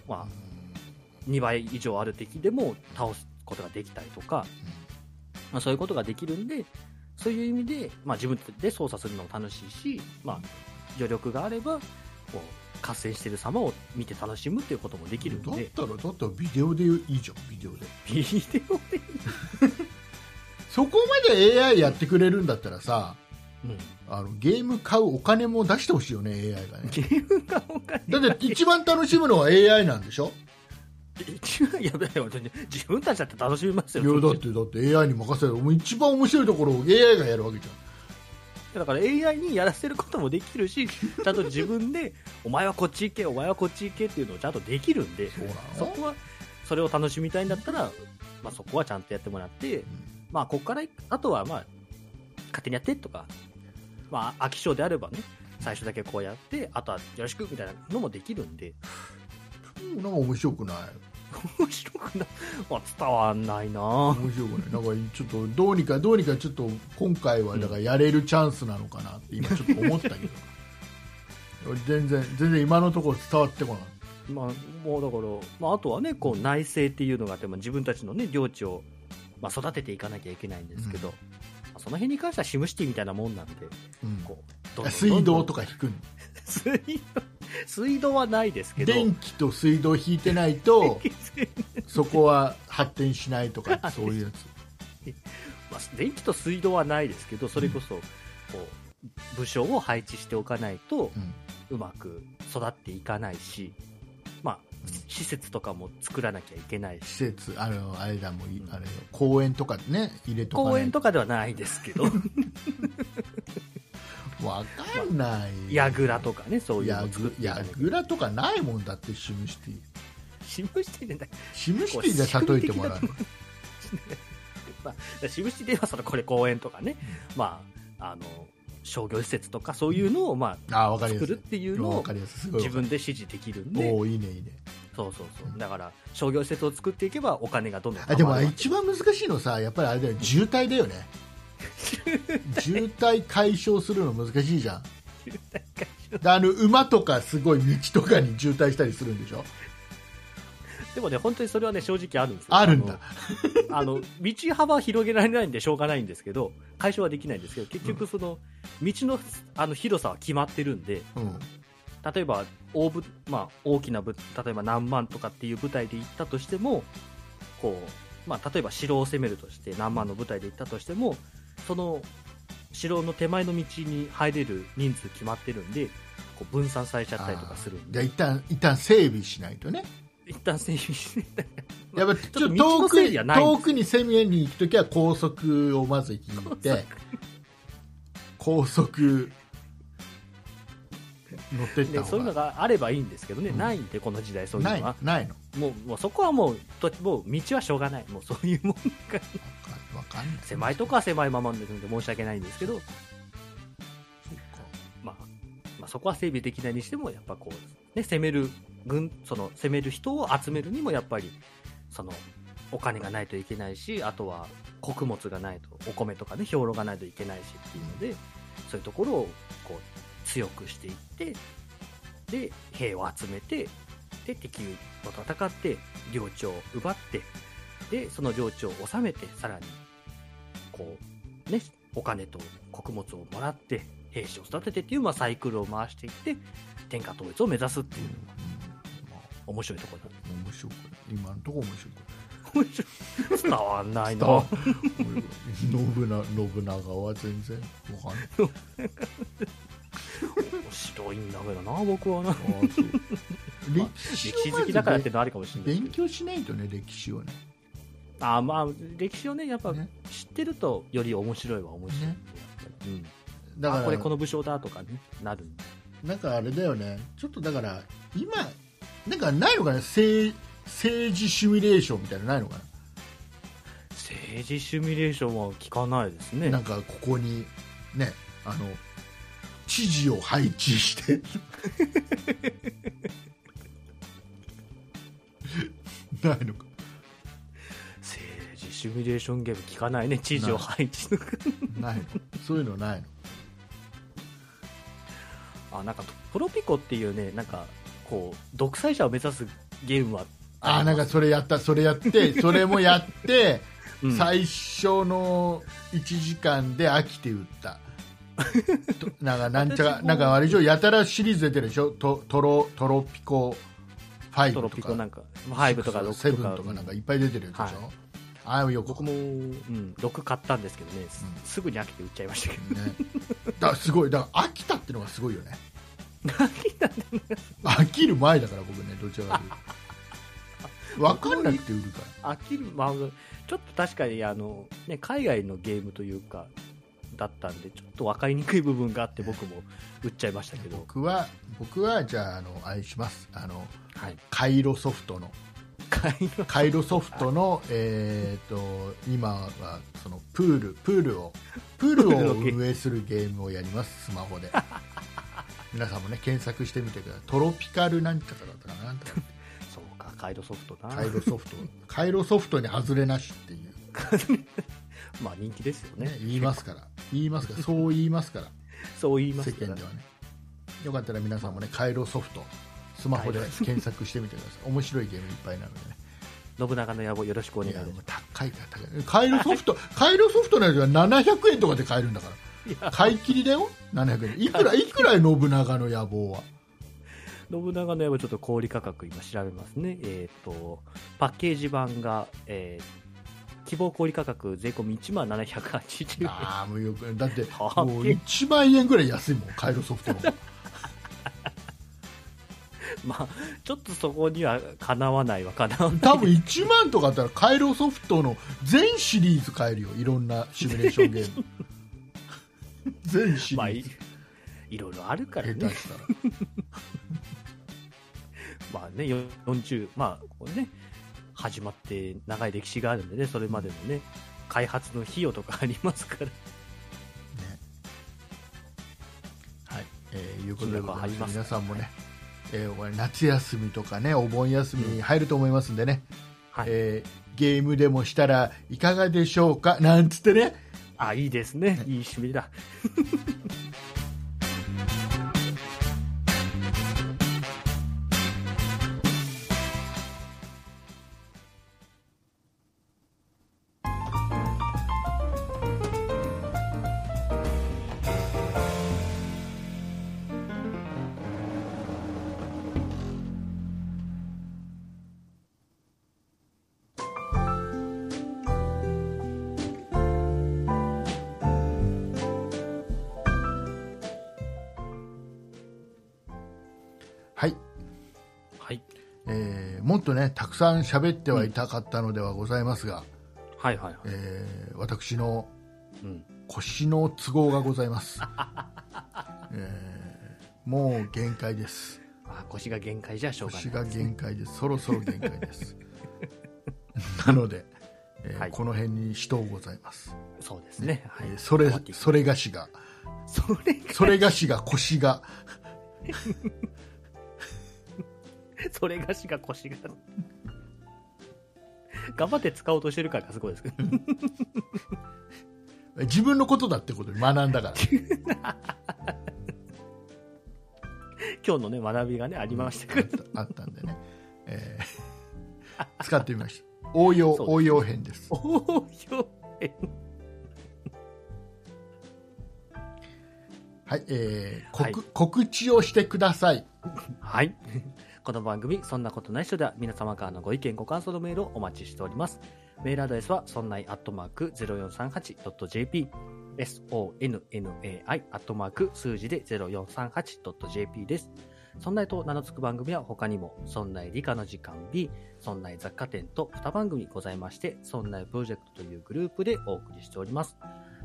Speaker 3: まあ、2倍以上ある敵でも倒すことができたりとか、まあ、そういうことができるんでそういう意味で、まあ、自分で操作するのも楽しいし、まあ、助力があればこう合戦してる様を見て楽しむっていうこともできるん
Speaker 2: だっ
Speaker 3: で
Speaker 2: たらだったらビデオでいいじゃんビデオで
Speaker 3: ビデオで、
Speaker 2: そこまで AI やってくれるんだったらさ
Speaker 3: うん、
Speaker 2: あのゲーム買うお金も出してほしいよね AI が ね
Speaker 3: ゲームがおかしい
Speaker 2: だって一番楽しむのは AI なんでしょ
Speaker 3: 一番やばいよ自分たちだって楽しみます
Speaker 2: い
Speaker 3: よ
Speaker 2: やだってだって AI に任せるもう一番面白いところを AI がやるわけじゃん
Speaker 3: だから AI にやらせることもできるし、ちゃんと自分で、 お前はこっち行け、お前はこっち行けっていうのをちゃんとできるんで、
Speaker 2: そうなの
Speaker 3: そこは、それを楽しみたいんだったら、まあ、そこはちゃんとやってもらって、まあ、ここから、あとは、まあ、勝手にやってとか、まあ、飽き性であればね、最初だけこうやって、あとはよろしくみたいなのもできるんで、
Speaker 2: うんなんか面白くない
Speaker 3: 面白くない、まあ、伝わんないなぁ。
Speaker 2: 面白くないなんかちょっとどうにかどうにかちょっと今回はだからやれるチャンスなのかなって今ちょっと思ったけど 全然全然今のところ伝わってこない
Speaker 3: まあ、もうだから、まあ、あとはね、こう内政っていうのがあって、まあ、自分たちの、ね、領地を、まあ、育てていかなきゃいけないんですけど、まあその辺に関してはシムシティみたいなもんなんで、
Speaker 2: うん
Speaker 3: こうどんどん
Speaker 2: 水道と
Speaker 3: か
Speaker 2: か引くの
Speaker 3: 水道、水道はないですけど、
Speaker 2: 電気と水道引いてない と
Speaker 3: 水
Speaker 2: そこは発展しないとかそういうやつ
Speaker 3: まあ、電気と水道はないですけど、それこそこう武将を配置しておかないと
Speaker 2: うん
Speaker 3: うまく育っていかないし、まあ、施設とかも作らなきゃいけないし。
Speaker 2: 施設あのあれだもういあれよ公園とかね入れとか
Speaker 3: 公
Speaker 2: ない
Speaker 3: 園とかではないで すけど、
Speaker 2: わかんない
Speaker 3: 櫓とかね、そういうの
Speaker 2: や
Speaker 3: を作っ
Speaker 2: ぐ
Speaker 3: ていかな
Speaker 2: や
Speaker 3: きゃいけない
Speaker 2: ぐらとかないもんだってシムシティ
Speaker 3: シムシティでない。
Speaker 2: シムシティで例えてもらうの
Speaker 3: シムシティではそのこれ公園とかね、まあ、あの、商業施設とかそういうのを、ま
Speaker 2: あわ
Speaker 3: あ、
Speaker 2: かりやす
Speaker 3: 作るっ
Speaker 2: い
Speaker 3: ていうの
Speaker 2: わ
Speaker 3: を
Speaker 2: かりやすいすごいわかる
Speaker 3: 自分で指示できるんで、
Speaker 2: おおいいねいいね
Speaker 3: そうそうそう。だから、商業施設を作っていけばお金がどんどん
Speaker 2: あでも一番難しいのさやっぱりあれだよ渋滞だよ ね渋滞解消するの難しいじゃんであの馬とかすごい道とかに渋滞したりするんでしょ
Speaker 3: でもね、本当にそれはね、正直あるんですよ。
Speaker 2: あるんだ
Speaker 3: あの。あの、道幅は広げられないんでしょうがないんですけど、解消はできないんですけど、結局その、道の、あの、広さは決まってるんで、
Speaker 2: うん
Speaker 3: 例えば大ぶ、まあ、大きなぶ例えば何万とかっていう部隊で行ったとしてもこう、まあ、例えば城を攻めるとして何万の部隊で行ったとしてもその城の手前の道に入れる人数決まってるんでこう分散されちゃったりとかするん
Speaker 2: じ
Speaker 3: で
Speaker 2: ゃあ一旦一旦整備しないとね
Speaker 3: 一旦整備して
Speaker 2: やっぱ
Speaker 3: ちょっと
Speaker 2: ちょっと遠
Speaker 3: 道の整
Speaker 2: く
Speaker 3: 備は
Speaker 2: に
Speaker 3: ないんです
Speaker 2: 遠くに攻めに行くときは高速をまず引いて高速乗ってった
Speaker 3: でそうい
Speaker 2: 方
Speaker 3: うの
Speaker 2: が
Speaker 3: があればいいんですけどね、
Speaker 2: うん
Speaker 3: ないんで、この時代、そういう
Speaker 2: ない
Speaker 3: のは、
Speaker 2: ないの
Speaker 3: もうもうそこはもうともう道はしょうがない、もうそういうもんが、
Speaker 2: わかわかんない
Speaker 3: 狭いとこは狭いままなんで申し訳ないんですけど、
Speaker 2: そっか
Speaker 3: まあまあ、そこは整備できないにしても、やっぱこう、ね、攻める軍その攻める人を集めるにも、やっぱりそのお金がないといけないし、あとは穀物がないと、お米とかね、兵糧がないといけないしっていうので、そういうところをこう強くしていって、で、兵を集めて、で、敵と戦って、領地を奪って、で、その領地を収めて、さらに、こう、ね、お金と穀物をもらって、兵士を育ててっていう、まあ、サイクルを回していって、天下統一を目指すっていう、
Speaker 2: まあ
Speaker 3: 面白いところだ。
Speaker 2: 面白くない今のとこ面白くない
Speaker 3: 面白い。伝わんないな。
Speaker 2: あ俺信長信長は全然わかんない
Speaker 3: 面白いんだけどな、僕はな。
Speaker 2: ああそう歴史
Speaker 3: 歴史
Speaker 2: をま
Speaker 3: 好
Speaker 2: ず
Speaker 3: きだからっていうのはあるかもしれないけど
Speaker 2: 勉強しないとね歴史をね
Speaker 3: あまあ歴史をねやっぱ
Speaker 2: ね
Speaker 3: 知ってるとより面白いは面白いんで、
Speaker 2: だ
Speaker 3: やっ
Speaker 2: か
Speaker 3: ぱりうん、あ
Speaker 2: ら
Speaker 3: これこの武将だとかになるんで
Speaker 2: なんかあれだよねちょっとだから今なんかないのかな政政治シミュレーションみたいなのないのかな
Speaker 3: 政治シミュレーションは聞かないですね
Speaker 2: なんかここにねあの知事を配置して ないのか
Speaker 3: 政治シミュレーションゲーム聞かないね知事を配置とか
Speaker 2: ないのそういうのないの
Speaker 3: あなんかトロピコっていうねなんかこう独裁者を目指すゲームは
Speaker 2: あーなんかそれやったそれやって それもやって、
Speaker 3: うん
Speaker 2: 最初の1時間で飽きて打ったとなんかなんちゃ
Speaker 3: 私
Speaker 2: ら
Speaker 3: も
Speaker 2: なんかあれでしょやたらシリーズ出てるでしょトトロトロピコ5
Speaker 3: トロ
Speaker 2: と
Speaker 3: ピ
Speaker 2: か
Speaker 3: コなんか5とか
Speaker 2: セブ
Speaker 3: 6とか
Speaker 2: ンとかなんかいっぱい出てるやつでしょ、ああよく
Speaker 3: 僕も、うん、6買ったんですけどね、す
Speaker 2: うん
Speaker 3: すぐに飽きて売っちゃいましたけど
Speaker 2: ね、だからすごいだから飽きたってのがすごいよね飽きる前だから僕ねどちらかと いうと分かんなくて売るから
Speaker 3: 飽きる、まあ、ちょっと確かにあの、ね、海外のゲームというかだったんでちょっと分かりにくい部分があって僕も売っちゃいましたけど、
Speaker 2: 僕は僕はじゃああのあれしますあの
Speaker 3: はい、
Speaker 2: カイロソフトの
Speaker 3: 買いま
Speaker 2: カイロソフトのえーと今はそのプールプール をプール
Speaker 3: プール
Speaker 2: を
Speaker 3: のゲーム
Speaker 2: 運営するゲームをやりますスマホ で皆さんもね検索してみてくださいトロピカルなんとかだったかな
Speaker 3: そうかカイロソフトな、
Speaker 2: カイロソフトカイロソフトに外れなしっていう、
Speaker 3: まあ人気ですよね
Speaker 2: ね、言いますから言いますからそう言いますから
Speaker 3: そう言いま
Speaker 2: 世
Speaker 3: すけど
Speaker 2: 間ではねよかったら皆さんもねカイロソフトスマホで検索してみてください面白いゲームいっぱいなのでね
Speaker 3: 信長の野望よろしくお願い
Speaker 2: い
Speaker 3: しま
Speaker 2: や
Speaker 3: す
Speaker 2: もう高いから高い回路ソフト回路ソフトのやつは700円とかで買えるんだか
Speaker 3: い
Speaker 2: ら
Speaker 3: や
Speaker 2: 買い切りだよ700円いくらいくらよ信長の野望は
Speaker 3: 信長の野望ちょっと小売価格今調べますねえっ、とパッケージ版が、えー希望小売価格税込み1万780円
Speaker 2: ああもうよくだって
Speaker 3: 高
Speaker 2: も
Speaker 3: い
Speaker 2: う1万円ぐらい安いもん回路ソフトの方が
Speaker 3: まあちょっとそこにはかなわないはかな わない
Speaker 2: 多分1万とかだったら回路ソフトの全シリーズ買えるよいろんなシミュレーションゲーム全シリ
Speaker 3: まあ、
Speaker 2: ー
Speaker 3: い
Speaker 2: ズ
Speaker 3: いろいろあるから
Speaker 2: 下手
Speaker 3: ね、
Speaker 2: したら
Speaker 3: まあね、よ40、まあ、こうね、始まって長い歴史があるんでね、それまでのね、開発の費用とかありますから、
Speaker 2: ね。はい、えー、いうことでございま
Speaker 3: 入
Speaker 2: す
Speaker 3: ります
Speaker 2: 皆さんもね、えー、お夏休みとかねお盆休みに入ると思いますんでね、
Speaker 3: はい、
Speaker 2: えーゲームでもしたらいかがでしょうかなんつってね
Speaker 3: あ、いいですね、いい趣味だ。
Speaker 2: はい、
Speaker 3: はい、
Speaker 2: えーもっとねたくさん喋ってはいたかったのではございますが、
Speaker 3: はい、はい、はい。
Speaker 2: えー私の
Speaker 3: うん
Speaker 2: 腰の都合がございます、えーもう限界です
Speaker 3: あ腰が限界じゃしょうがない
Speaker 2: 腰が限界ですそろそろ限界です なので、えー
Speaker 3: はい
Speaker 2: この辺にしとうございます、
Speaker 3: そうですね、は
Speaker 2: え
Speaker 3: い
Speaker 2: ー、それそれがしが
Speaker 3: それが
Speaker 2: それがしが腰が
Speaker 3: それがしが腰が頑張って使おうとしてるからがすごいですけど
Speaker 2: 自分のことだってことに学んだから
Speaker 3: 今日のね学びがねありましたから
Speaker 2: あったんでね、えー使ってみました応用
Speaker 3: そうです
Speaker 2: 応用編です
Speaker 3: 応用編
Speaker 2: はい、えー
Speaker 3: はい
Speaker 2: 告告知をしてください
Speaker 3: はい。 この番組、そんなことない人では、皆様からのご意見、ご感想のメールをお待ちしております。メールアドレスは、そんないアットマーク 0438.jp、sonnai アットマーク数字で 0438.jp です。そんないと名の付く番組は他にも、そんない理科の時間 B、そんない雑貨店と2番組ございまして、そんないプロジェクトというグループでお送りしております。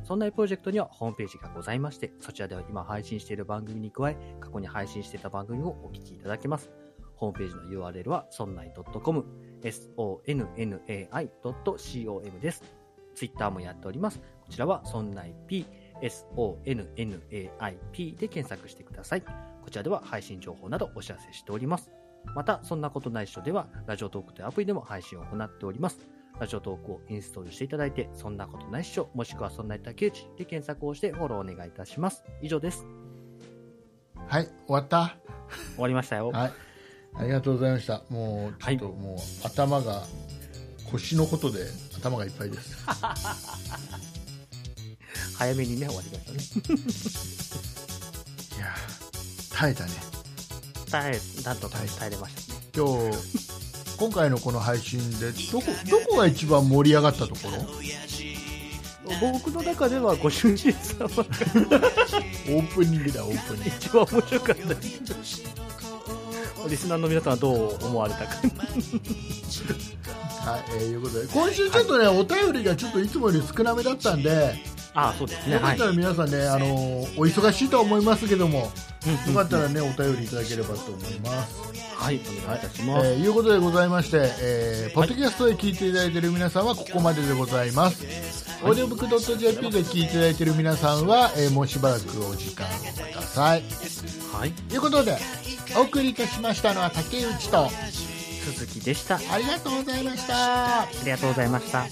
Speaker 3: そんないプロジェクトにはホームページがございまして、そちらでは今配信している番組に加え、過去に配信していた番組をお聞きいただけます。ホームページの URL は sonnai.com、sonnai.com です。ツイッターもやっております。こちらは sonnaip、sonnaip で検索してください。こちらでは配信情報などお知らせしております。また、そんなことないっしょでは、ラジオトークというアプリでも配信を行っております。ラジオトークをインストールしていただいて、そんなことないっしょ、もしくはそんな竹内で検索をしてフォローお願いいたします。以上です。
Speaker 2: はい終わった
Speaker 3: 終わりましたよ。
Speaker 2: はいありがとうございましたもうちょっと、
Speaker 3: はい
Speaker 2: もう頭が腰のことで頭がいっぱいです
Speaker 3: 早めにね、終わりました
Speaker 2: い
Speaker 3: ね。
Speaker 2: やー耐えたね
Speaker 3: 耐え、なんとか耐えれましたね。
Speaker 2: 今日 今回のこの配信でどこどこが一番盛り上がったところ
Speaker 3: 僕の中ではご主人様が
Speaker 2: オープニングだオープニング
Speaker 3: 一番面白かったです。リスナーの皆さんはどう思われたか。
Speaker 2: はい、えーいうことで今週ちょっとね、お便りがちょっといつもより少なめだったんで、
Speaker 3: ああ、そうですね。
Speaker 2: よか
Speaker 3: は
Speaker 2: っ
Speaker 3: い
Speaker 2: た。ら皆さんね、あのーお忙しいとは思いますけども、よかったらね、お便りいただければと思います。
Speaker 3: はい、お願いいたし
Speaker 2: え
Speaker 3: ます。
Speaker 2: ー、いうことでございまして、えーポッドキャストで聞いていただいている皆さんはここまででございます。オーディオブックドット JP で聞いていただいている皆さんは、えーもうしばらくお時間をください。
Speaker 3: はい、
Speaker 2: ということで、お送りいたしましたのは竹内と、
Speaker 3: 鈴木でした。あ
Speaker 2: ありがとうございました。
Speaker 3: りがとうございました。